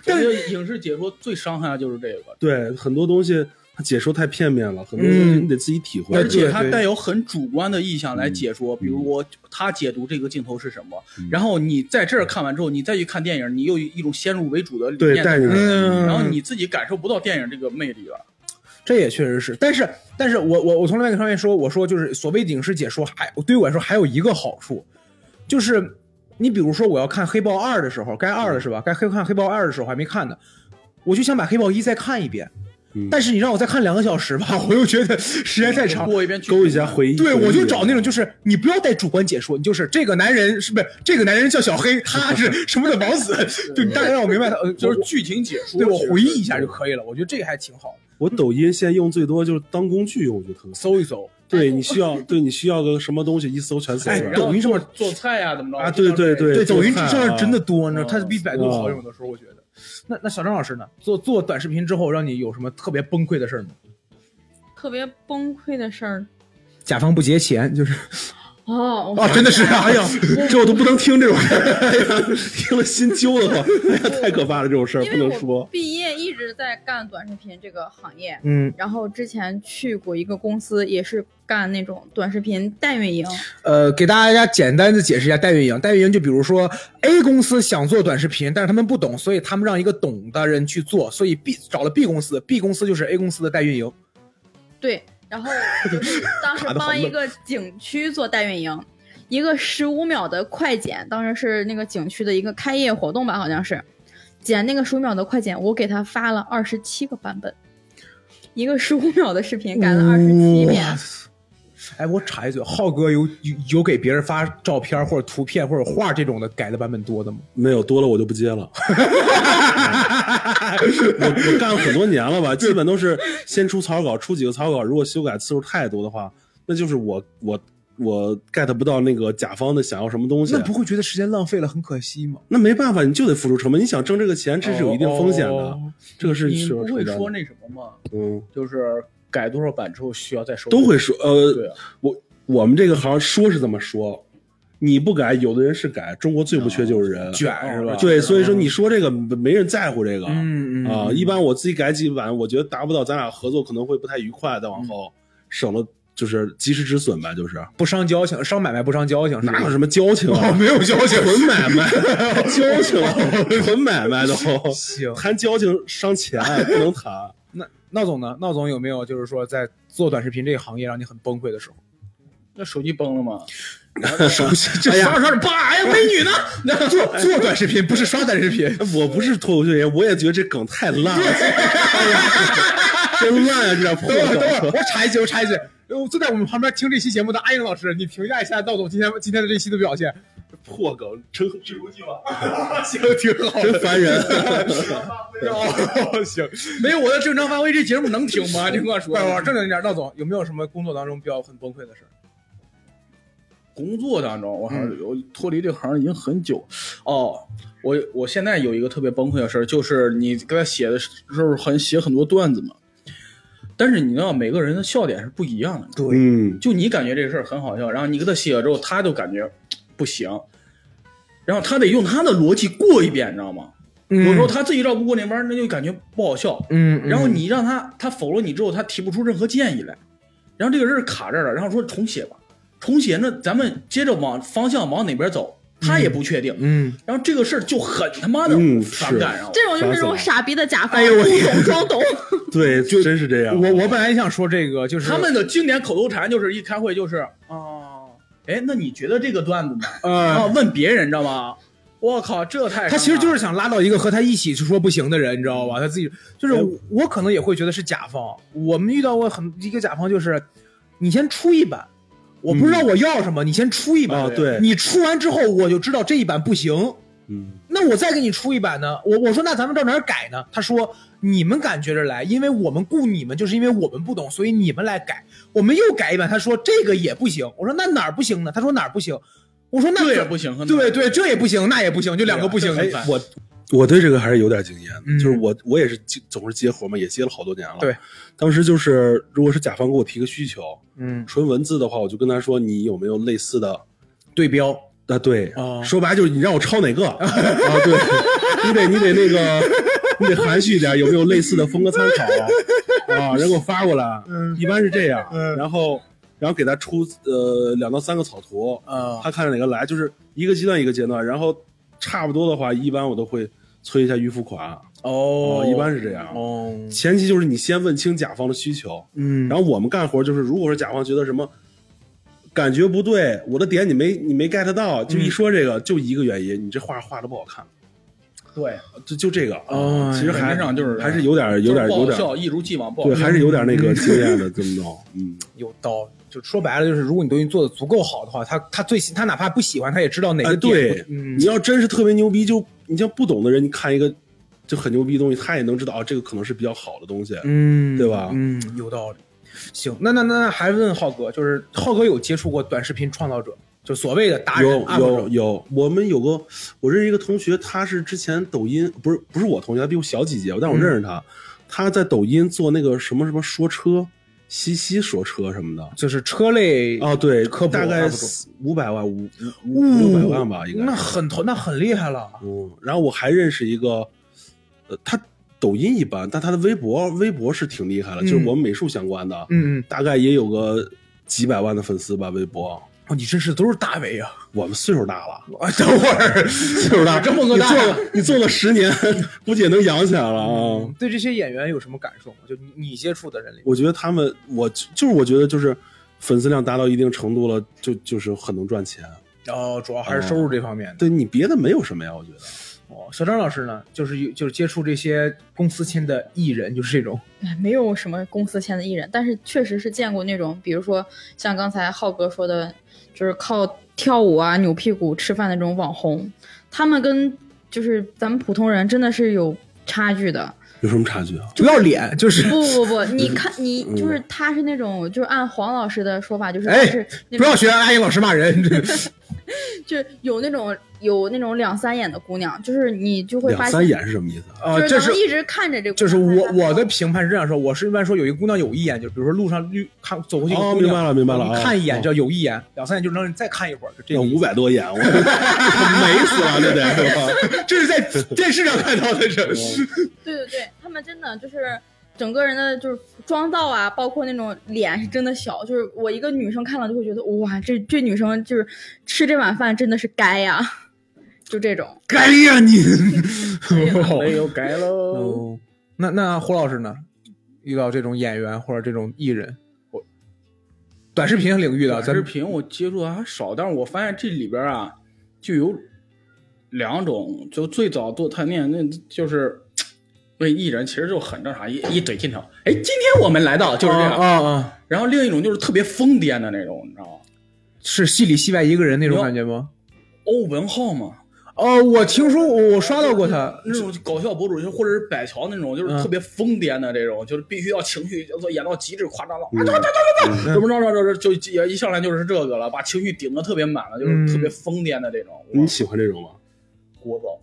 B: 但是影视解说最伤害的就是这个，
C: 对，很多东西它解说太片面了，很多东西
A: 嗯
C: 你得自己体会。
B: 而且它
A: 对嗯
B: 带有很主观的意向来解说，比如我他解读这个镜头是什么，然后你在这儿看完之后，你再去看电影，你又有一种先入为主的理
C: 对
B: 念
C: 带进
B: 在，
C: 来，
A: 嗯，
B: 然后你自己感受不到电影这个魅力了。
A: 这也确实是，但是，但是我我我从另外一个方面说，我说就是所谓影视解说还，对于我来说还有一个好处，就是你比如说我要看《黑豹二》的时候，该二了是吧？该黑看《黑豹二》的时候还没看呢，我就想把《黑豹一》再看一遍，
C: 嗯
A: 但是你让我再看两个小时吧，我又觉得时间太长。
B: 过一遍去
C: 勾一下回忆。
A: 对，
C: 回忆
A: 我就找
C: 嗯
A: 那种，就是你不要带主观解说，你就是这个男人是不是这个男人叫小黑，他是什么的王子，就你大概让我明白他，呃就
B: 就
A: 是是
B: 剧情解说，
A: 对我
B: 其实
A: 回忆一下就可以了。我觉得这个还挺好的，
C: 我抖音现在用最多就是当工具用，我觉得特别好。
A: 搜一搜。
B: 哎
C: 对你需要，对你需要个什么东西，一搜全搜
A: 哎
C: 出来
B: 然后
A: 抖音上面
B: 做做菜呀、怎么着
C: 啊对对对
A: 对，
C: 做
A: 抖音
C: 饭
A: 上面
C: 啊
A: 真的多，你知道，
B: 嗯
A: 它比百度好用的时候，我觉得。那那小张老师呢？做做短视频之后，让你有什么特别崩溃的事儿吗？
D: 特别崩溃的事儿。
A: 甲方不结钱，就是
D: 哦，我
A: 啊，真的是，哎呀，
C: 这我都不能听这种事儿， 哎呀听了心揪得慌， 哎呀，太可怕了，这种事儿
D: 因
C: 不
D: 为
C: 能
D: 我
C: 说。
D: 毕业一直在干短视频这个行业，
A: 嗯，
D: 然后之前去过一个公司，也是干那种短视频代 运营，
A: 呃，给大家简单的解释一下代运营。代运营就比如说 A 公司想做短视频，但是他们不懂，所以他们让一个懂的人去做，所以 B 找了 B 公司，B 公司就是 A 公司的代运营。
D: 对，然后就是当时
C: 卡得好
D: 帮一
C: 闷
D: 个景区做代运营，一个十五秒的快剪，当时是那个景区的一个开业活动吧，好像是剪那个十五秒的快剪，我给他发了二十七个版本，一个十五秒的视频改了二十七遍，
A: 哎，我插一嘴，浩哥有有有给别人发照片或者图片或者画这种的改的版本多的吗？
C: 没有多了，我就不接 了。我我干了很多年了吧，基本都是先出草稿，出几个草稿，如果修改次数太多的话，那就是我我我 get 不到那个甲方的想要什么东西
A: 那。不会觉得时间浪费了很可惜吗？
C: 那没办法，你就得付出成本。你想挣这个钱，这是有一定风险的，
A: 哦
C: 这个是
B: 你
C: 是有
B: 不会
C: 承担
B: 说
C: 的
B: 那什么吗？
C: 嗯。
B: 就是改多少版之后需要再收，
C: 都会说，
B: 对啊
C: 呃，我我们这个行说是这么说，你不改，有的人是改。中国最不缺就是人，
A: 啊
C: 啊
A: 卷是吧？
C: 对，所以说你说这个没人在乎这个，
A: 嗯嗯
C: 啊，一般我自己改几版，我觉得达不到咱俩合作可能会不太愉快，再往
A: 嗯
C: 后省了就是及时止损吧，就是
A: 不伤交情，伤买卖不伤交情，是吧
C: 哪有什么交情啊，
A: 嗯哦没有交 情
C: 纯买卖，交情啊， 纯买卖都
A: 行
C: 谈交情伤钱，不 能谈。
A: 那闹总呢？闹总有没有就是说在做短视频这个行业让你很崩溃的时候？
B: 那手机崩了吗？
A: 手机这
C: 哎呀
A: 刷着刷着，叭！哎，美女呢？ 那做做短视频不是刷短视频，
C: 我不是脱口秀演员，我也觉得这梗太烂了，哎呀真烂啊！这点破
A: 等会儿，等会儿，
C: 梗。
A: 我插一句，我插一句。呃坐在我们旁边听这期节目的阿英老师，你评价一下道总今天今天的这期的表现，
C: 破梗真
A: 行，挺好
C: 真烦人。
A: 哦， 行，
B: 没有我的正常发挥，这节目 能停吗？你跟我说
A: 快，我正经一点。道总有没有什么工作当中比较很崩溃的事儿？
B: 工作当中，我还是我脱离这个行已经很久。哦，我我现在有一个特别崩溃的事儿，就是你刚才写的时候很写很多段子嘛，但是你知道每个人的笑点是不一样的。
C: 嗯，
B: 就你感觉这事儿很好笑，然后你给他写了之后，他就感觉不行，然后他得用他的逻辑过一遍，你知道吗？有时候他自己绕不过那弯儿，那就感觉不好笑。
A: 嗯
B: 然后你让他他否了你之后，他提不出任何建议来，然后这个人卡这儿了，然后说重写吧，重写那咱们接着往方向往哪边走，他也不确定。
A: 嗯，
B: 然后这个事儿就很他妈的
C: 嗯
B: 反
C: 是
B: 感，啊然后
D: 这种就是这种
C: 烦死
D: 傻逼的甲方，
A: 哎呦我
D: 不懂装 懂，
C: 对，就真是这样。
A: 我我本来想说这个，就是
B: 他们的经典口头禅就是一开会就是啊，哎，那你觉得这个段 子呢？
A: 呃
B: 啊，，问别人，你知道吗？我靠，这太
A: 他其实就是
B: 是
A: 想拉到一个和他一起去说不行的人，你知道吧？他自己就是我我可能也会觉得是甲方。我们遇到过很一个甲方就是，你先出一版，我不知道我要什么，你先出一版、
C: 啊对
A: 你出完之后我就知道这一版不行，
C: 嗯，
A: 那我再给你出一版呢。我我说那咱们照哪儿改呢？他说你们感觉着来，因为我们雇你们就是因为我们不懂，所以你们来改。我们又改一版，他说这个也不行。我说那哪儿不行呢？他说哪儿不行？我说那
B: 这也不行，很
A: 对对，这也不行，那也不行，就两个不行。
C: 哎，我我对这个还是有点经验的，
A: 嗯
C: 就是我我也是接总是接活嘛，也接了好多年了。
A: 对，
C: 当时就是如果是甲方给我提个需求，
A: 嗯，
C: 纯文字的话，我就跟他说你有没有类似的
A: 对标，
C: 啊，对，
A: 哦
C: 说白了就是你让我抄 哪个啊？对，你得你得那个，你得含蓄一点，有没有类似的风格参考 啊？人给我发过来，
A: 嗯
C: 一般是这样，
A: 嗯
C: 然后然后给他出呃两到三个草图，
A: 啊
C: 他看着哪个来，就是一个阶段一个阶段，然后差不多的话，一般我都会催一下预付款，啊
A: 哦
C: 一般是这样。
A: 哦，
C: 前期就是你先问清甲方的需求，
A: 嗯
C: 然后我们干活就是，如果说甲方觉得什么感觉不对，我的点你没你没 get 到，就
A: 嗯
C: 一说这个，就一个原因，你这画画的不好看，
B: 对，
C: 就就这个啊
A: 哦
C: 其实
B: 本
C: 还
B: 质上就是
C: 还是有点有点有
B: 爆
C: 点
B: 笑，一如既往爆
C: 对，
B: 笑。
C: 还是有点那个经验的这么弄，嗯，
A: 有道理。就说白了，就是如果你东西做的足够好的话，他他最喜他哪怕不喜欢，他也知道哪
C: 哎
A: 个点不。
C: 对，
A: 嗯
C: 你要真是特别牛逼，就你像不懂的人，你看一个就很牛逼的东西，他也能知道啊，这个可能是比较好的东西，
A: 嗯，
C: 对吧
A: 嗯，有道理。行，那那那那还问浩哥，就是浩哥有接触过短视频创造者，就所谓的达人
C: 有、
A: 爱好
C: 有
A: 者
C: 有，我们有个，我认识一个同学，他是之前抖音不是不是我同学，他比我小几届，但我
A: 嗯
C: 认识他，他在抖音做那个什么什么说车，西西说车什么的。
A: 就是车类
C: 哦，对，
A: 科普
C: 大概
A: UP 主
C: 五百万五五六百万吧，应该。
A: 哦那很头，那很厉害了。
C: 嗯，然后我还认识一个，呃，他抖音一般，但他的微博微博是挺厉害的，
A: 嗯
C: 就是我们美术相关的，
A: 嗯，
C: 大概也有个几百万的粉丝吧，微博。
A: 哦，你真是都是大 V 啊！
C: 我们岁数大了，
A: 啊， 等会儿，
C: 岁数大，
A: 这么个
C: 你
A: 大
C: 做个你做个十年， 估计也能养起来了啊。
A: 嗯对这些演员有什么感受吗？就你你接触的人里，
C: 我觉得他们，我就是我觉得就是粉丝量达到一定程度了，就就是很能赚钱。
A: 哦，主要还是收入这方面的。
C: 对你别的没有什么呀，我觉得。
A: 哦，小张老师呢，就是有就是接触这些公司签的艺人，就是这种。
D: 哎 没有什么公司签的艺人，但是确实是见过那种，比如说像刚才浩哥说的，就是靠跳舞啊、扭屁股吃饭的这种网红，他们跟就是咱们普通人真的是有差距的。
C: 有什么差距啊？
A: 不要脸，就是
D: 不不不，你看你就是他是那种，就是按黄老师的说法，就是他
A: 嗯哎
D: 是那
A: 不
D: 种
A: 要学阿姨老师骂人。
D: 就是有那种有那种两三眼的姑娘，就是你就会发
C: 两
D: 现
C: 三，眼是什么意思啊？
A: 啊，
D: 就
A: 这
D: 是
A: 是
D: 能一直看着这姑娘
A: 就是我
D: 看着她
A: 我的评判是这样说，我是一般说有一个姑娘有一眼，就比如说路上绿看走过去一个
C: 哦
A: 姑娘
C: 明白了明白了
A: 你看一眼
C: 哦
A: 叫有一眼，两三眼就能让你再看一会儿，就这
C: 要
A: 个
C: 五
A: 意思。
C: 百多眼，我 美死啊了，这得是吧？
A: 这是在电视
B: 啊
A: 上看到的人。
D: 对对对，他们真的就是整个人的就是妆造啊，包括那种脸是真的小，就是我一个女生看了就会觉得哇，这这女生就是吃这碗饭真的是该呀、 就这种。
A: 该呀 你！
B: 没有改喽。
A: 嗯哦那那胡老师呢？遇到这种演员或者这种艺人，我短视频领域的，
B: 短
A: 啊咱
B: 视
A: 们
B: 频我接触的还少，但是我发现这里边啊，就有两种，就最早做探店，那就是为艺人，其实就很正常，一一怼进场，哎，今天我们来到就是这样。
A: 啊啊啊，
B: 然后另一种就是特别疯癫的那种，你知道吗？
A: 是戏里戏外一个人那种感觉吗？
B: 欧文浩嘛，
A: 哦，我听说我我刷到过他，
B: 那种搞笑博主，就或者是百乔那种，就是
A: 嗯
B: 特别疯癫的这种，就是必须要情绪要做演到极致夸张了，
A: 嗯
B: 啊，哒哒哒哒哒，怎么着着着着就也一上来就是这个了，把情绪顶的特别满了，
A: 嗯
B: 就是特别疯癫的这种。
C: 你喜欢这种吗？
B: 国宝，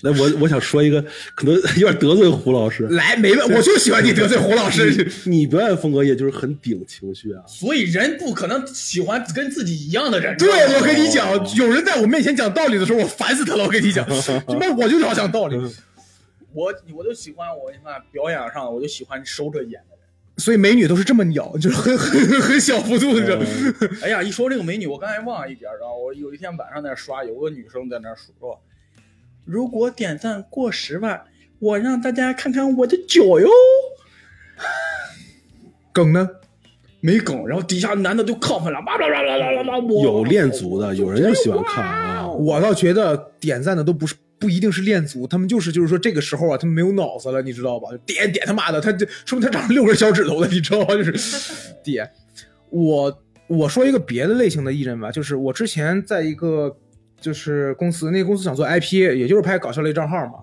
C: 来，我我想说一个，可能有点得罪胡老师。
A: 来没问，我就喜欢你得罪胡老 师。
C: 你表演风格也就是很顶情绪啊，
B: 所以人不可能喜欢跟自己一样的 人。
A: 对，
B: 知道
A: 我
B: 吗
A: 跟你讲，有人在我面前讲道理的时候，我烦死他了。我跟你讲，他妈我就老讲道理，
B: 我我就喜欢我你看表演上，我就喜欢收着演的
A: 所以美女都是这么鸟，就是很很很小幅度的。
B: 人。哎呀，一说这个美女，我刚才忘了一点儿，然后我有一天晚上在那刷，有个女生在那说，如果点赞过十万，我让大家看看我的脚哟。
A: 梗呢？
B: 没梗，然后底下男的都亢奋了，哇啦啦啦啦啦啦，我
C: 有练足的，有人就喜欢看啊。
A: 我倒觉得点赞的都不是不一定是恋足，他们就是就是说这个时候啊，他们没有脑子了，你知道吧？就点点他妈的，他就说明他长了六根小指头的，你知道吧？就是点。我我说一个别的类型的艺人吧，就是我之前在一个就是公司，那个公司想做 IP，也就是拍搞笑类账号嘛。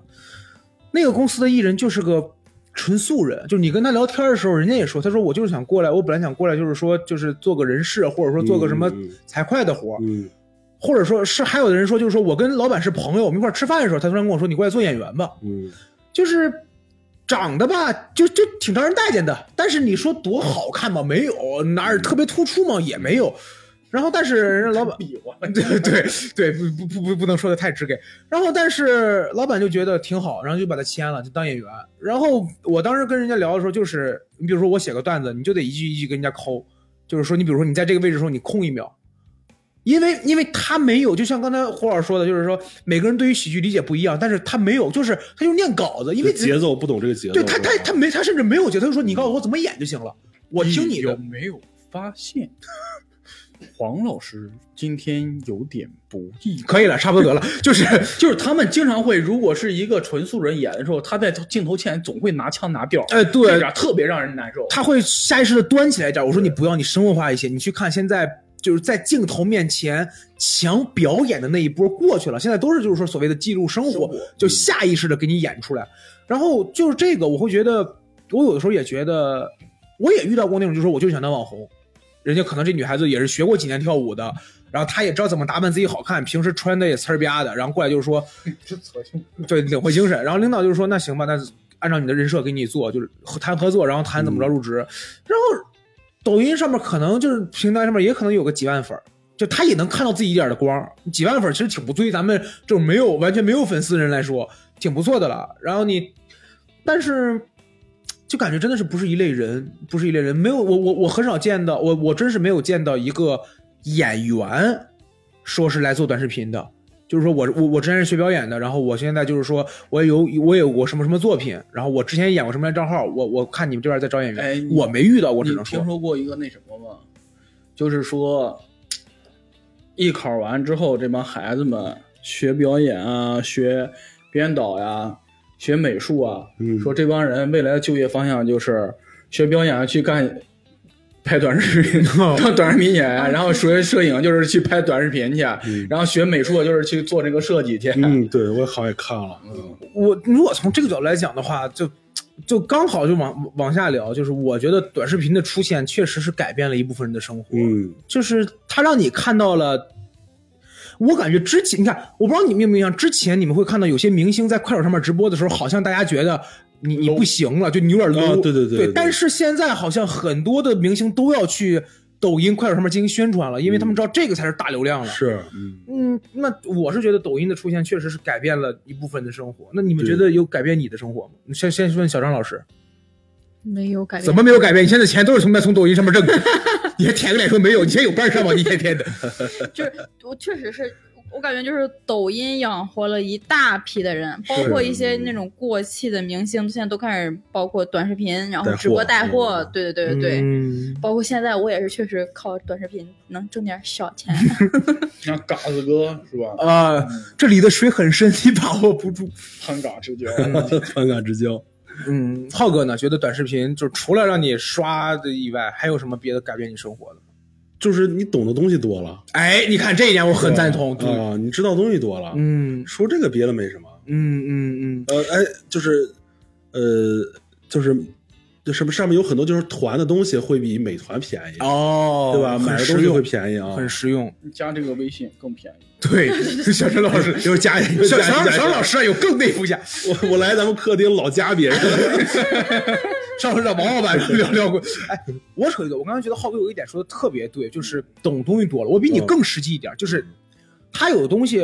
A: 那个公司的艺人就是个纯素人，就是你跟他聊天的时候，人家也说，他说我就是想过来，我本来想过来就是说就是做个人事，或者说做个什么
C: 嗯嗯嗯
A: 财会的活儿，
C: 嗯，
A: 或者说是还有的人说，就是说我跟老板是朋友，我们一块儿吃饭的时候，他突然跟我说你过来做演员吧，
C: 嗯，
A: 就是长得吧，就就挺招人待见的，但是你说多好看吗？没有，哪儿特别突出吗？也没有，然后但是人家老板
B: 比划，
A: 对对对，不不不不不能说的太直给。然后，但是老板就觉得挺好，然后就把他签了，就当演员。然后我当时跟人家聊的时候，就是你比如说我写个段子，你就得一句一句跟人家抠，就是说你比如说你在这个位置的时候你空一秒，因为因为他没有，就像刚才胡老师说的，就是说每个人对于喜剧理解不一样，但是他没有，就是他就念稿子，因为
C: 节奏不懂这个节奏，啊
A: 对他他他没他甚至没有节奏，他就说你告诉我怎么演就行了，我听你
B: 有
A: 的。
B: 没有发现，黄老师今天有点不易？
A: 可以了，差不多得了，就是
B: 就是他们经常会，如果是一个纯素人演的时候，他在镜头前总会拿腔拿调，
A: 哎对
B: 这点特别让人难受。
A: 他会下意识的端起来一点。我说你不要，你生活化一些。你去看现在就是在镜头面前强表演的那一波过去了，现在都是就是说所谓的记录生活，嗯就下意识的给你演出来。然后就是这个，我会觉得，我有的时候也觉得，我也遇到过那种，就是说我就想当网红，人家可能这女孩子也是学过几年跳舞的。然后她也知道怎么打扮自己好看，平时穿的也呲儿吧的，然后过来就是说，对，领会精神。然后领导就说：“那行吧，那按照你的人设给你做，就是谈合作，然后谈怎么着入职。然后抖音上面可能就是平台上面也可能有个几万粉儿，就他也能看到自己一点的光儿。几万粉儿其实挺不对于咱们这种没有完全没有粉丝的人来说，挺不错的了。然后你，但是。就感觉真的是不是一类人，不是一类人，没有我我我很少见到，我我真是没有见到一个演员说是来做短视频的，就是说我我我之前是学表演的，然后我现在就是说我也有我也有过什么什么作品，然后我之前演过什么样的账号，我我看你们这边在招演员，
B: 哎你
A: 我没遇到过，只
B: 你
A: 能说
B: 听说过一个那什么吗？就是说，艺考完之后，这帮孩子们学表演啊，学编导呀、学美术啊，
C: 嗯
B: 说这帮人未来的就业方向就是学表演啊去干拍短视 频，
A: 哦
B: 当短视频演员，然后学摄影就是去拍短视频去，啊
A: 嗯
B: 然后学美术的就是去做这个设计去。啊
C: 嗯，对我好像也看啊了，
A: 我如果从这个角度来讲的话，就就刚好就往往下聊，就是我觉得短视频的出现确实是改变了一部分人的生活，
C: 嗯，
A: 就是它让你看到了。我感觉之前，你看，我不知道你们有没有印象，之前你们会看到有些明星在快手上面直播的时候，好像大家觉得你你不行了，就你有点 low、
C: 啊对对对
A: 对
C: 对对
A: 但是现在好像很多的明星都要去抖音、快手上面进行宣传了，因为他们知道这个才是大流量了。
C: 是，嗯，
A: 嗯，那我是觉得抖音的出现确实是改变了一部分的生活。那你们觉得有改变你的生活吗？你先先问小张老师，
D: 没有改变。
A: 怎么没有改变？你现在钱都是从在从抖音上面挣的，你还舔个脸说没有？你现在有班上吗？一天天的。
D: 就是我确实是我感觉就是抖音养活了一大批的人，包括
A: 嗯
D: 一些那种过气的明星，现在都开始包括短视频，然后直播
C: 带
D: 带
C: 货
D: 货，对对对呃对对。
A: 嗯
D: 包括现在，我也是确实靠短视频能挣点小钱。
B: 像嘎子哥是吧？
A: 啊、这里的水很深， 你把握不住。
B: 攀嘎之交，
C: 反感之交，
A: 嗯，浩哥呢？觉得短视频就是除了让你刷的以外，还有什么别的改变你生活的吗？
C: 就是你懂的东西多了，
A: 哎，你看这一点我很赞同。对，
C: 啊，你知道东西多了，
A: 嗯
C: 说这个别的没什么，
A: 嗯嗯嗯，
C: 呃，哎，就是，呃，就是，就什么上面有很多就是团的东西会比美团便宜，
A: 哦，
C: 对吧？
A: 很
C: 买的
A: 实
C: 东西
A: 用
C: 会便宜啊，
A: 很实用。
B: 加这个微信更便宜。
A: 对， 小陈老师有加一小
C: 加一
A: 小
C: 加一
A: 小老师啊，有更内部价。
C: 我我来咱们客厅老 加别人，
A: 上回让王老板聊聊过。 哎，我扯一个，我刚才觉得浩哥有一点说的特别对，就是懂东西多了。我比你更实际一点，就是他有的东西，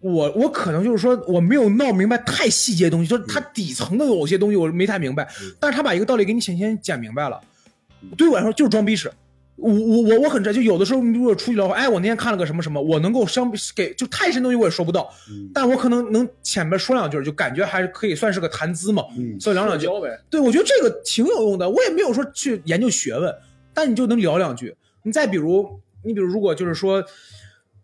A: 我我可能就是说我没有闹明白太细节的东西，就是他底层的有些东西我没太明白，但是他把一个道理给你先先讲明白了，对我来说就是装逼式。我我我我很真，就有的时候你如果出去聊，哎，我那天看了个什么什么，我能够相给就太深东西我也说不到，但我可能能浅白说两句，就感觉还可以算是个谈资嘛，
C: 嗯
A: 算聊两句。
B: 交呗，
A: 对，我觉得这个挺有用的。我也没有说去研究学问，但你就能聊两句。你再比如，你比如如果就是说，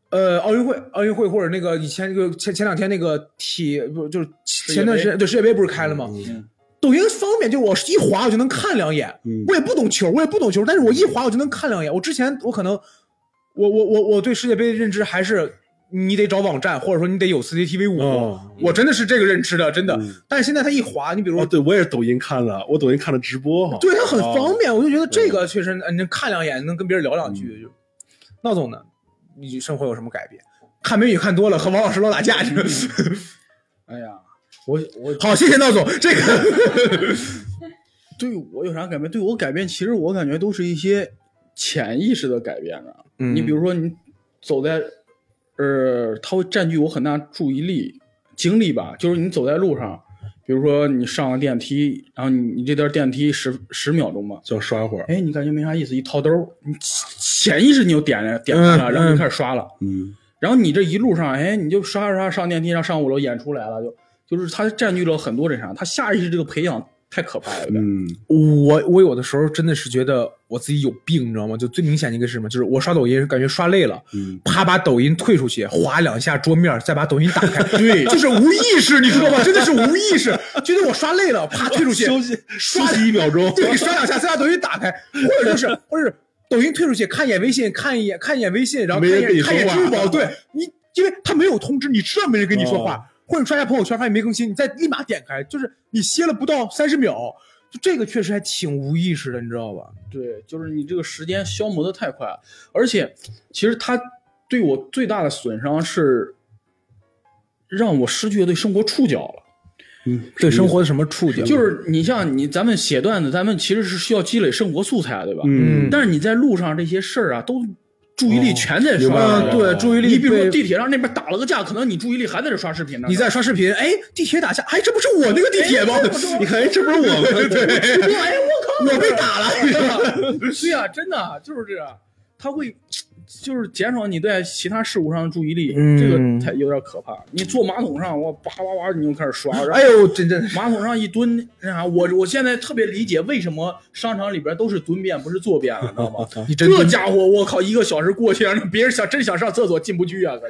A: 呃，奥运会，奥运会或者那个以前那个前前两天那个体不就是前段时间对世界杯不是开了吗？
B: 嗯
A: 抖音方便，就我一滑我就能看两眼，
C: 嗯
A: 我也不懂球，我也不懂球，但是我一滑我就能看两眼。我之前我可能，我我我我对世界杯的认知还是你得找网站，或者说你得有 CCTV 五、
C: 哦
A: 我真的是这个认知的，真的。
C: 嗯
A: 但是现在它一滑，你比如
C: 哦，对我也是抖音看的，我抖音看的直播哈，
A: 对他很方便，我就觉得这个确实，呃你能看两眼，能跟别人聊两
C: 嗯
A: 句。就闹总呢，你生活有什么改变？看美女看多了，和王老师老打架去。
C: 嗯
B: 哎呀，我我
A: 好，谢谢闹总，这个
B: 对我有啥改变？对我改变，其实我感觉都是一些潜意识的改变啊。
C: 嗯
B: 你比如说你走在，呃，它会占据我很大注意力、精力吧。就是你走在路上，比如说你上了电梯，然后你你这段电梯十十秒钟吧，
C: 就刷会儿，
B: 哎，你感觉没啥意思，一掏兜儿，你潜意识你就点了点开了，
A: 嗯
B: 然后
A: 嗯
B: 就开始刷了。
C: 嗯，
B: 然后你这一路上，哎，你就刷刷刷上电梯上上五楼演出来了，就就是它占据了很多这啥，它下意识这个培养太可怕了，有点
C: 嗯，
A: 我我有的时候真的是觉得我自己有病，你知道吗？就最明显的一个是什么？就是我刷抖音感觉刷累了，
C: 嗯
A: 啪把抖音退出去，划两下桌面，再把抖音打开，
B: 对
A: 就是无意识，你知 道吗？真的是无意识，觉得我刷累了，啪退出去，
C: 休息
A: 刷
C: 休息一秒钟
A: 对，刷两下，再把抖音打开，或者就是或者是抖音退出去，看一眼微信，看一眼看一眼微信，然后
C: 没
A: 看
C: 人跟
A: 一
C: 你
A: 眼看一眼
C: 说话
A: 支付宝，对你，因为他没有通知，你知道没人跟你说话，
C: 哦
A: 或者你刷一下朋友圈发现没更新，你再立马点开，就是你歇了不到三十秒，就这个确实还挺无意识的，你知道吧？
B: 对，就是你这个时间消磨的太快了，而且其实它对我最大的损伤是让我失去了对生活触角了。
C: 嗯，
A: 对生活的什么触角？
B: 就是你像你咱们写段子，咱们其实是需要积累生活素材，对吧？
C: 嗯，
B: 但是你在路上这些事儿啊，都注意力全在
C: 明白
B: 刷
A: 嗯，
C: 了
B: 视频。
A: 对，注意力
B: 你比如
A: 被
B: 说地铁上那边打了个架，可能你注意力还在这刷视频呢。
A: 你在刷视频，哎，地铁打架，哎，这不是我那个地铁吗？你看，哎，这不是我吗？对，
B: 哎，我靠，
A: 我被打了。
B: 对啊呀、真的啊就是这样，他会就是减少你在其他事物上的注意力，
A: 嗯
B: 这个才有点可怕。你坐马桶上，我叭叭叭你就开始 刷，然后
A: 哎呦，真真
B: 马桶上一蹲，那啥，我我现在特别理解为什么商场里边都是蹲便不是坐便 了，知道吗？
A: 你真
B: 这家伙，我靠，一个小时过去，让别人想真想上厕所进不去啊！可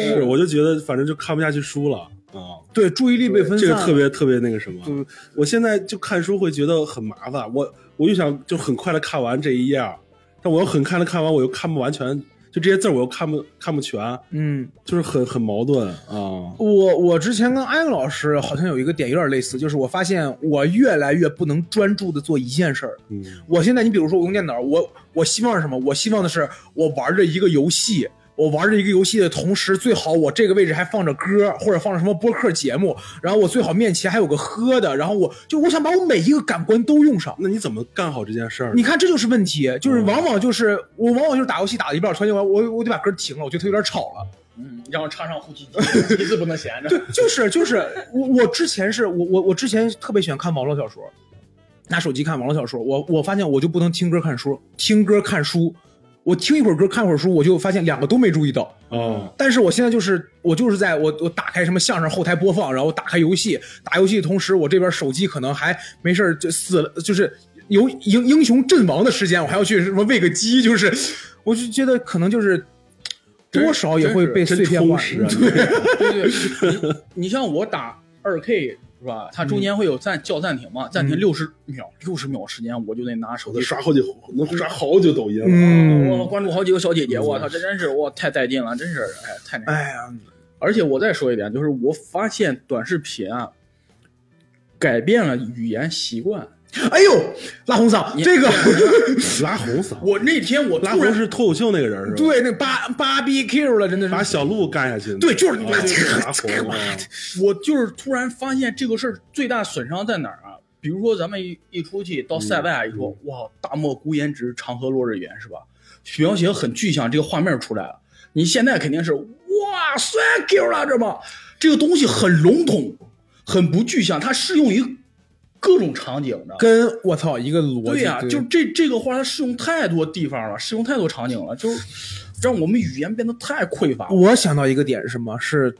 B: 是，
C: 是，我就觉得反正就看不下去书了啊。
A: 对注意力被分散，嗯
C: 这个特别特别那个什么
A: 对，
C: 我现在就看书会觉得很麻烦，我我就想就很快的看完这一页儿，但我要很快的看完，我又看不完全，就这些字儿我又看不看不全，
A: 嗯。
C: 就是很很矛盾啊。
A: 我我之前跟安老师好像有一个点有点类似，就是我发现我越来越不能专注的做一件事儿。
C: 嗯，
A: 我现在，你比如说我用电脑，我我希望是什么？我希望的是我玩着一个游戏，我玩着一个游戏的同时，最好我这个位置还放着歌，或者放着什么播客节目，然后我最好面前还有个喝的，然后我就我想把我每一个感官都用上。
C: 那你怎么干好这件事儿呢？
A: 你看，这就是问题，就是
C: 嗯
A: 往往就是、我往往就是打游戏打到一半，突然间我我我得把歌停了，我觉得它有点吵了。
B: 嗯，然后插上呼吸 机，一次不能闲着。
A: 对， 就是就是，我我之前是我我我之前特别喜欢看网络小说，拿手机看网络小说，我我发现我就不能听歌看书，听歌看书，我听一会儿歌看会儿书，我就发现两个都没注意到。
C: 哦，
A: 但是我现在就是我就是在我我打开什么相声后台播放，然后打开游戏，打游戏的同时，我这边手机可能还没事儿就死了，就是有英英雄阵亡的时间，我还要去什么喂个鸡，就是我就觉得可能就是多少也
B: 真
A: 会
B: 是
A: 被
C: 真
A: 碎片
C: 充
A: 化。
C: 实啊
A: 对，
B: 对对，对，你 你像我打二 K 是吧？它中间会有暂叫暂停嘛？暂停六十秒，六十秒时间我就得拿手
C: 我
B: 机
C: 得刷好几能刷好久抖音了。
A: 嗯
B: 我关注好几个小姐姐，我操，这真是我太带劲了，真是哎太那个。
A: 哎呀，
B: 而且我再说一点，就是我发现短视频啊，改变了语言习惯。
A: 哎呦，拉红嗓，这个
C: 拉红嗓，
B: 我那天我
C: 拉
B: 突
C: 红
B: 然
C: 是脱口秀那个人是吧？，
A: 对那八八 B Q 了，真的
C: 把
A: 是。
C: 小鹿干下去。
A: 对就是你
C: 啊拉红啊。
B: 我就是突然发现这个事儿最大损伤在哪儿啊？比如说咱们一一出去到塞外啊一说，哇，大漠孤烟直，长河落日圆，是吧？描写很具象，这个画面出来了。你现在肯定是哇，thank you 了，这吧？这个东西很笼统，很不具象，它适用于各种场景的。
A: 跟我操一个逻辑，
B: 对呀、就这这个话，它适用太多地方了，适用太多场景了，就是让我们语言变得太匮乏了。
A: 我想到一个点是什么？是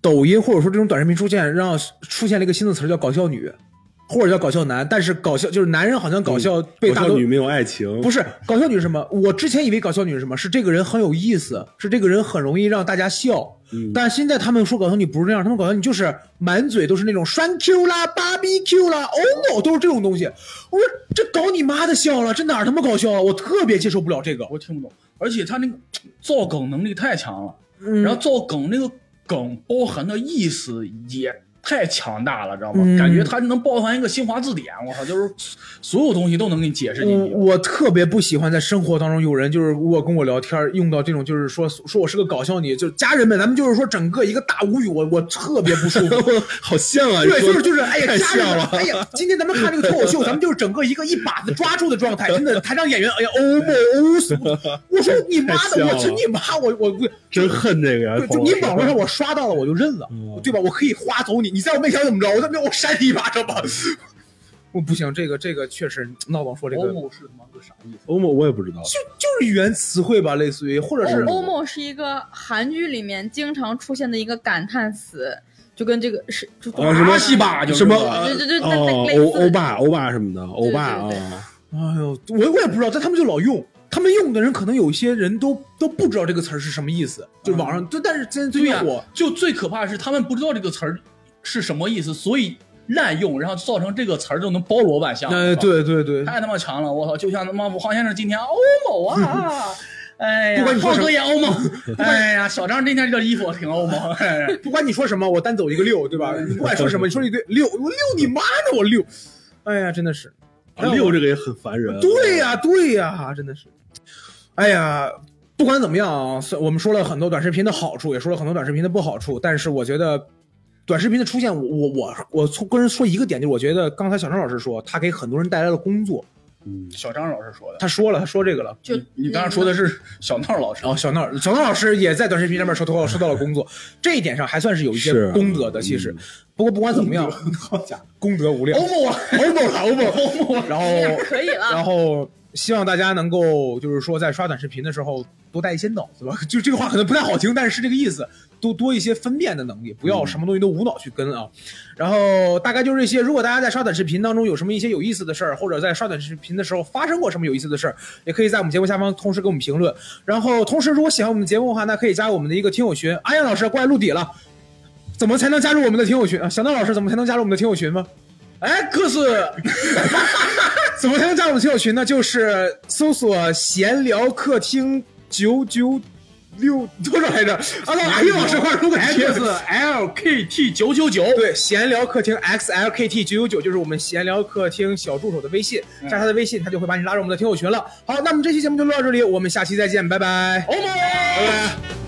A: 抖音或者说这种短视频出现，让出现了一个新的词儿叫搞笑女，或者叫搞笑男。但是搞笑就是男人好像搞笑被
C: 搞
A: 大
C: 笑
A: 多
C: 女没有爱情，
A: 不是搞笑女是什么？我之前以为搞笑女是什么？是这个人很有意思，是这个人很容易让大家笑。
C: 嗯
A: 但现在他们说搞笑女不是这样，他们搞笑女就是满嘴都是那种栓 Q 啦、芭比 Q 啦、哦 no 都是这种东西。我说这搞你妈的笑了，这哪儿他妈搞笑啊？我特别接受不了这个。
B: 我听不懂，而且他那个造梗能力太强了，
A: 嗯
B: 然后造梗那个梗包含的意思也太强大了，知道吗？
A: 嗯
B: 感觉它能包含一个新华字典，我操，就是所有东西都能给你解释进
A: 我
B: 去。
A: 我特别不喜欢在生活当中有人就是如果跟我聊天用到这种就是说说我是个搞笑女，就是家人们，咱们就是说整个一个大无语，我我特别不舒服。
C: 好像啊，
A: 对，
C: 你
A: 就
C: 说
A: 是就是，哎呀，
C: 太
A: 家人
C: 像
A: 们，
C: 了，
A: 哎呀，今天咱们看这个脱口秀，咱们就是整个一个一把子抓住的状态，真的，台上演员，哎呀，欧莫欧死我，我说你妈
C: 太
A: 的，
C: 像了
A: 我去你妈，我我我。
C: 真恨这个呀啊
A: 对，！就
C: 黄
A: 你
C: 老
A: 网
C: 师
A: 络上我刷到了，我就认了，
C: 嗯
A: 对吧？我可以划走你，你在我面前怎么着？我在面我扇你一巴掌吧。 我不行，这个这个确实闹总说这个
C: 哦
B: 欧某哦是他妈个啥意思？
C: 欧某我也不知道，
A: 就就是语言词汇吧，类似于或者
C: 哦
A: 是
D: 欧欧某哦是一个韩剧里面经常出现的一个感叹词，就跟这个是就
C: 啊什么
B: 巴西吧，就是
C: 什么
B: 吧
D: 对对对，那
C: 哦
D: 那，类
C: 欧
D: 似
C: 欧巴欧巴什么的，欧巴
D: 对对对
C: 啊，
A: 哎呦，我我也不知道，但他们就老用，他们用的人可能有些人都都不知道这个词儿是什么意思，就网上，就但是真最
B: 对
A: 近
B: 呀、
A: 火，
B: 就最可怕的是他们不知道这个词儿是什么意思，所以滥用，然后造成这个词儿就能包罗万象。
A: 哎，对对对，
B: 太他妈强了！我操，就像他妈黄先生今天欧某啊，哎呀，
A: 嗯不管你说
B: 浩
A: 什么
B: 哥也欧某， 哎呀，小张今天这个衣服挺欧某，哎
A: 不管你说什么，我单走一个六，对吧？你不管说 什么，你说一堆六，我六你妈呢，我六，哎呀，真的是，
C: 啊六这个也很烦人。啊
A: 对呀、对呀、真的是，哎呀，不管怎么样啊，虽我们说了很多短视频的好处，也说了很多短视频的不好处，但是我觉得。短视频的出现，我我我我从个人说一个点，就是我觉得刚才小张老师说，他给很多人带来了工作。
C: 嗯，
B: 小张老师说的，
A: 他说了，他说这个了。
D: 就
B: 你刚才说的是小闹老师
A: 然，后小闹小闹老师也在短视频上面收到收到了工作，这一点上还算是有一
C: 是
A: 些
C: 啊
A: 功德的。其实，不过不管怎么样，好家伙，哦哎功德
C: 哎
A: 无量。
B: 欧某啊，
A: 欧某了，欧某，
B: 欧某，
A: 然
D: 有点
A: 后
D: 可 以
A: 然
D: 了，
A: 后希望大家能够就是说在刷短视频的时候多带一些脑子吧， 就这个话可能不太好听，但是是这个意思，多多一些分辨的能力，不要什么东西都无脑去跟啊。然后大概就是这些。如果大家在刷短视频当中有什么一些有意思的事儿，或者在刷短视频的时候发生过什么有意思的事儿，也可以在我们节目下方同时给我们评论。然后同时，如果喜欢我们节目的话，那可以加入我们的一个听友群。阿阳老师过来录底了，怎么才能加入我们的听友群啊？小闹老师怎么才能加入我们的听友群吗？哎，哥是。 怎么才能加入我们听友群呢？就是搜索“闲聊客厅九九六”多少来着？啊，老阿英老师快出个帖
B: X
A: 子。
B: L K T 九九九，
A: 对，闲聊客厅 XLKT 九九九就是我们闲聊客厅小助手的微信，加他的微信，他就会把你拉入我们的听友群了。好，那么这期节目就录到这里，我们下期再见，拜拜。
B: 欧某。
A: 拜拜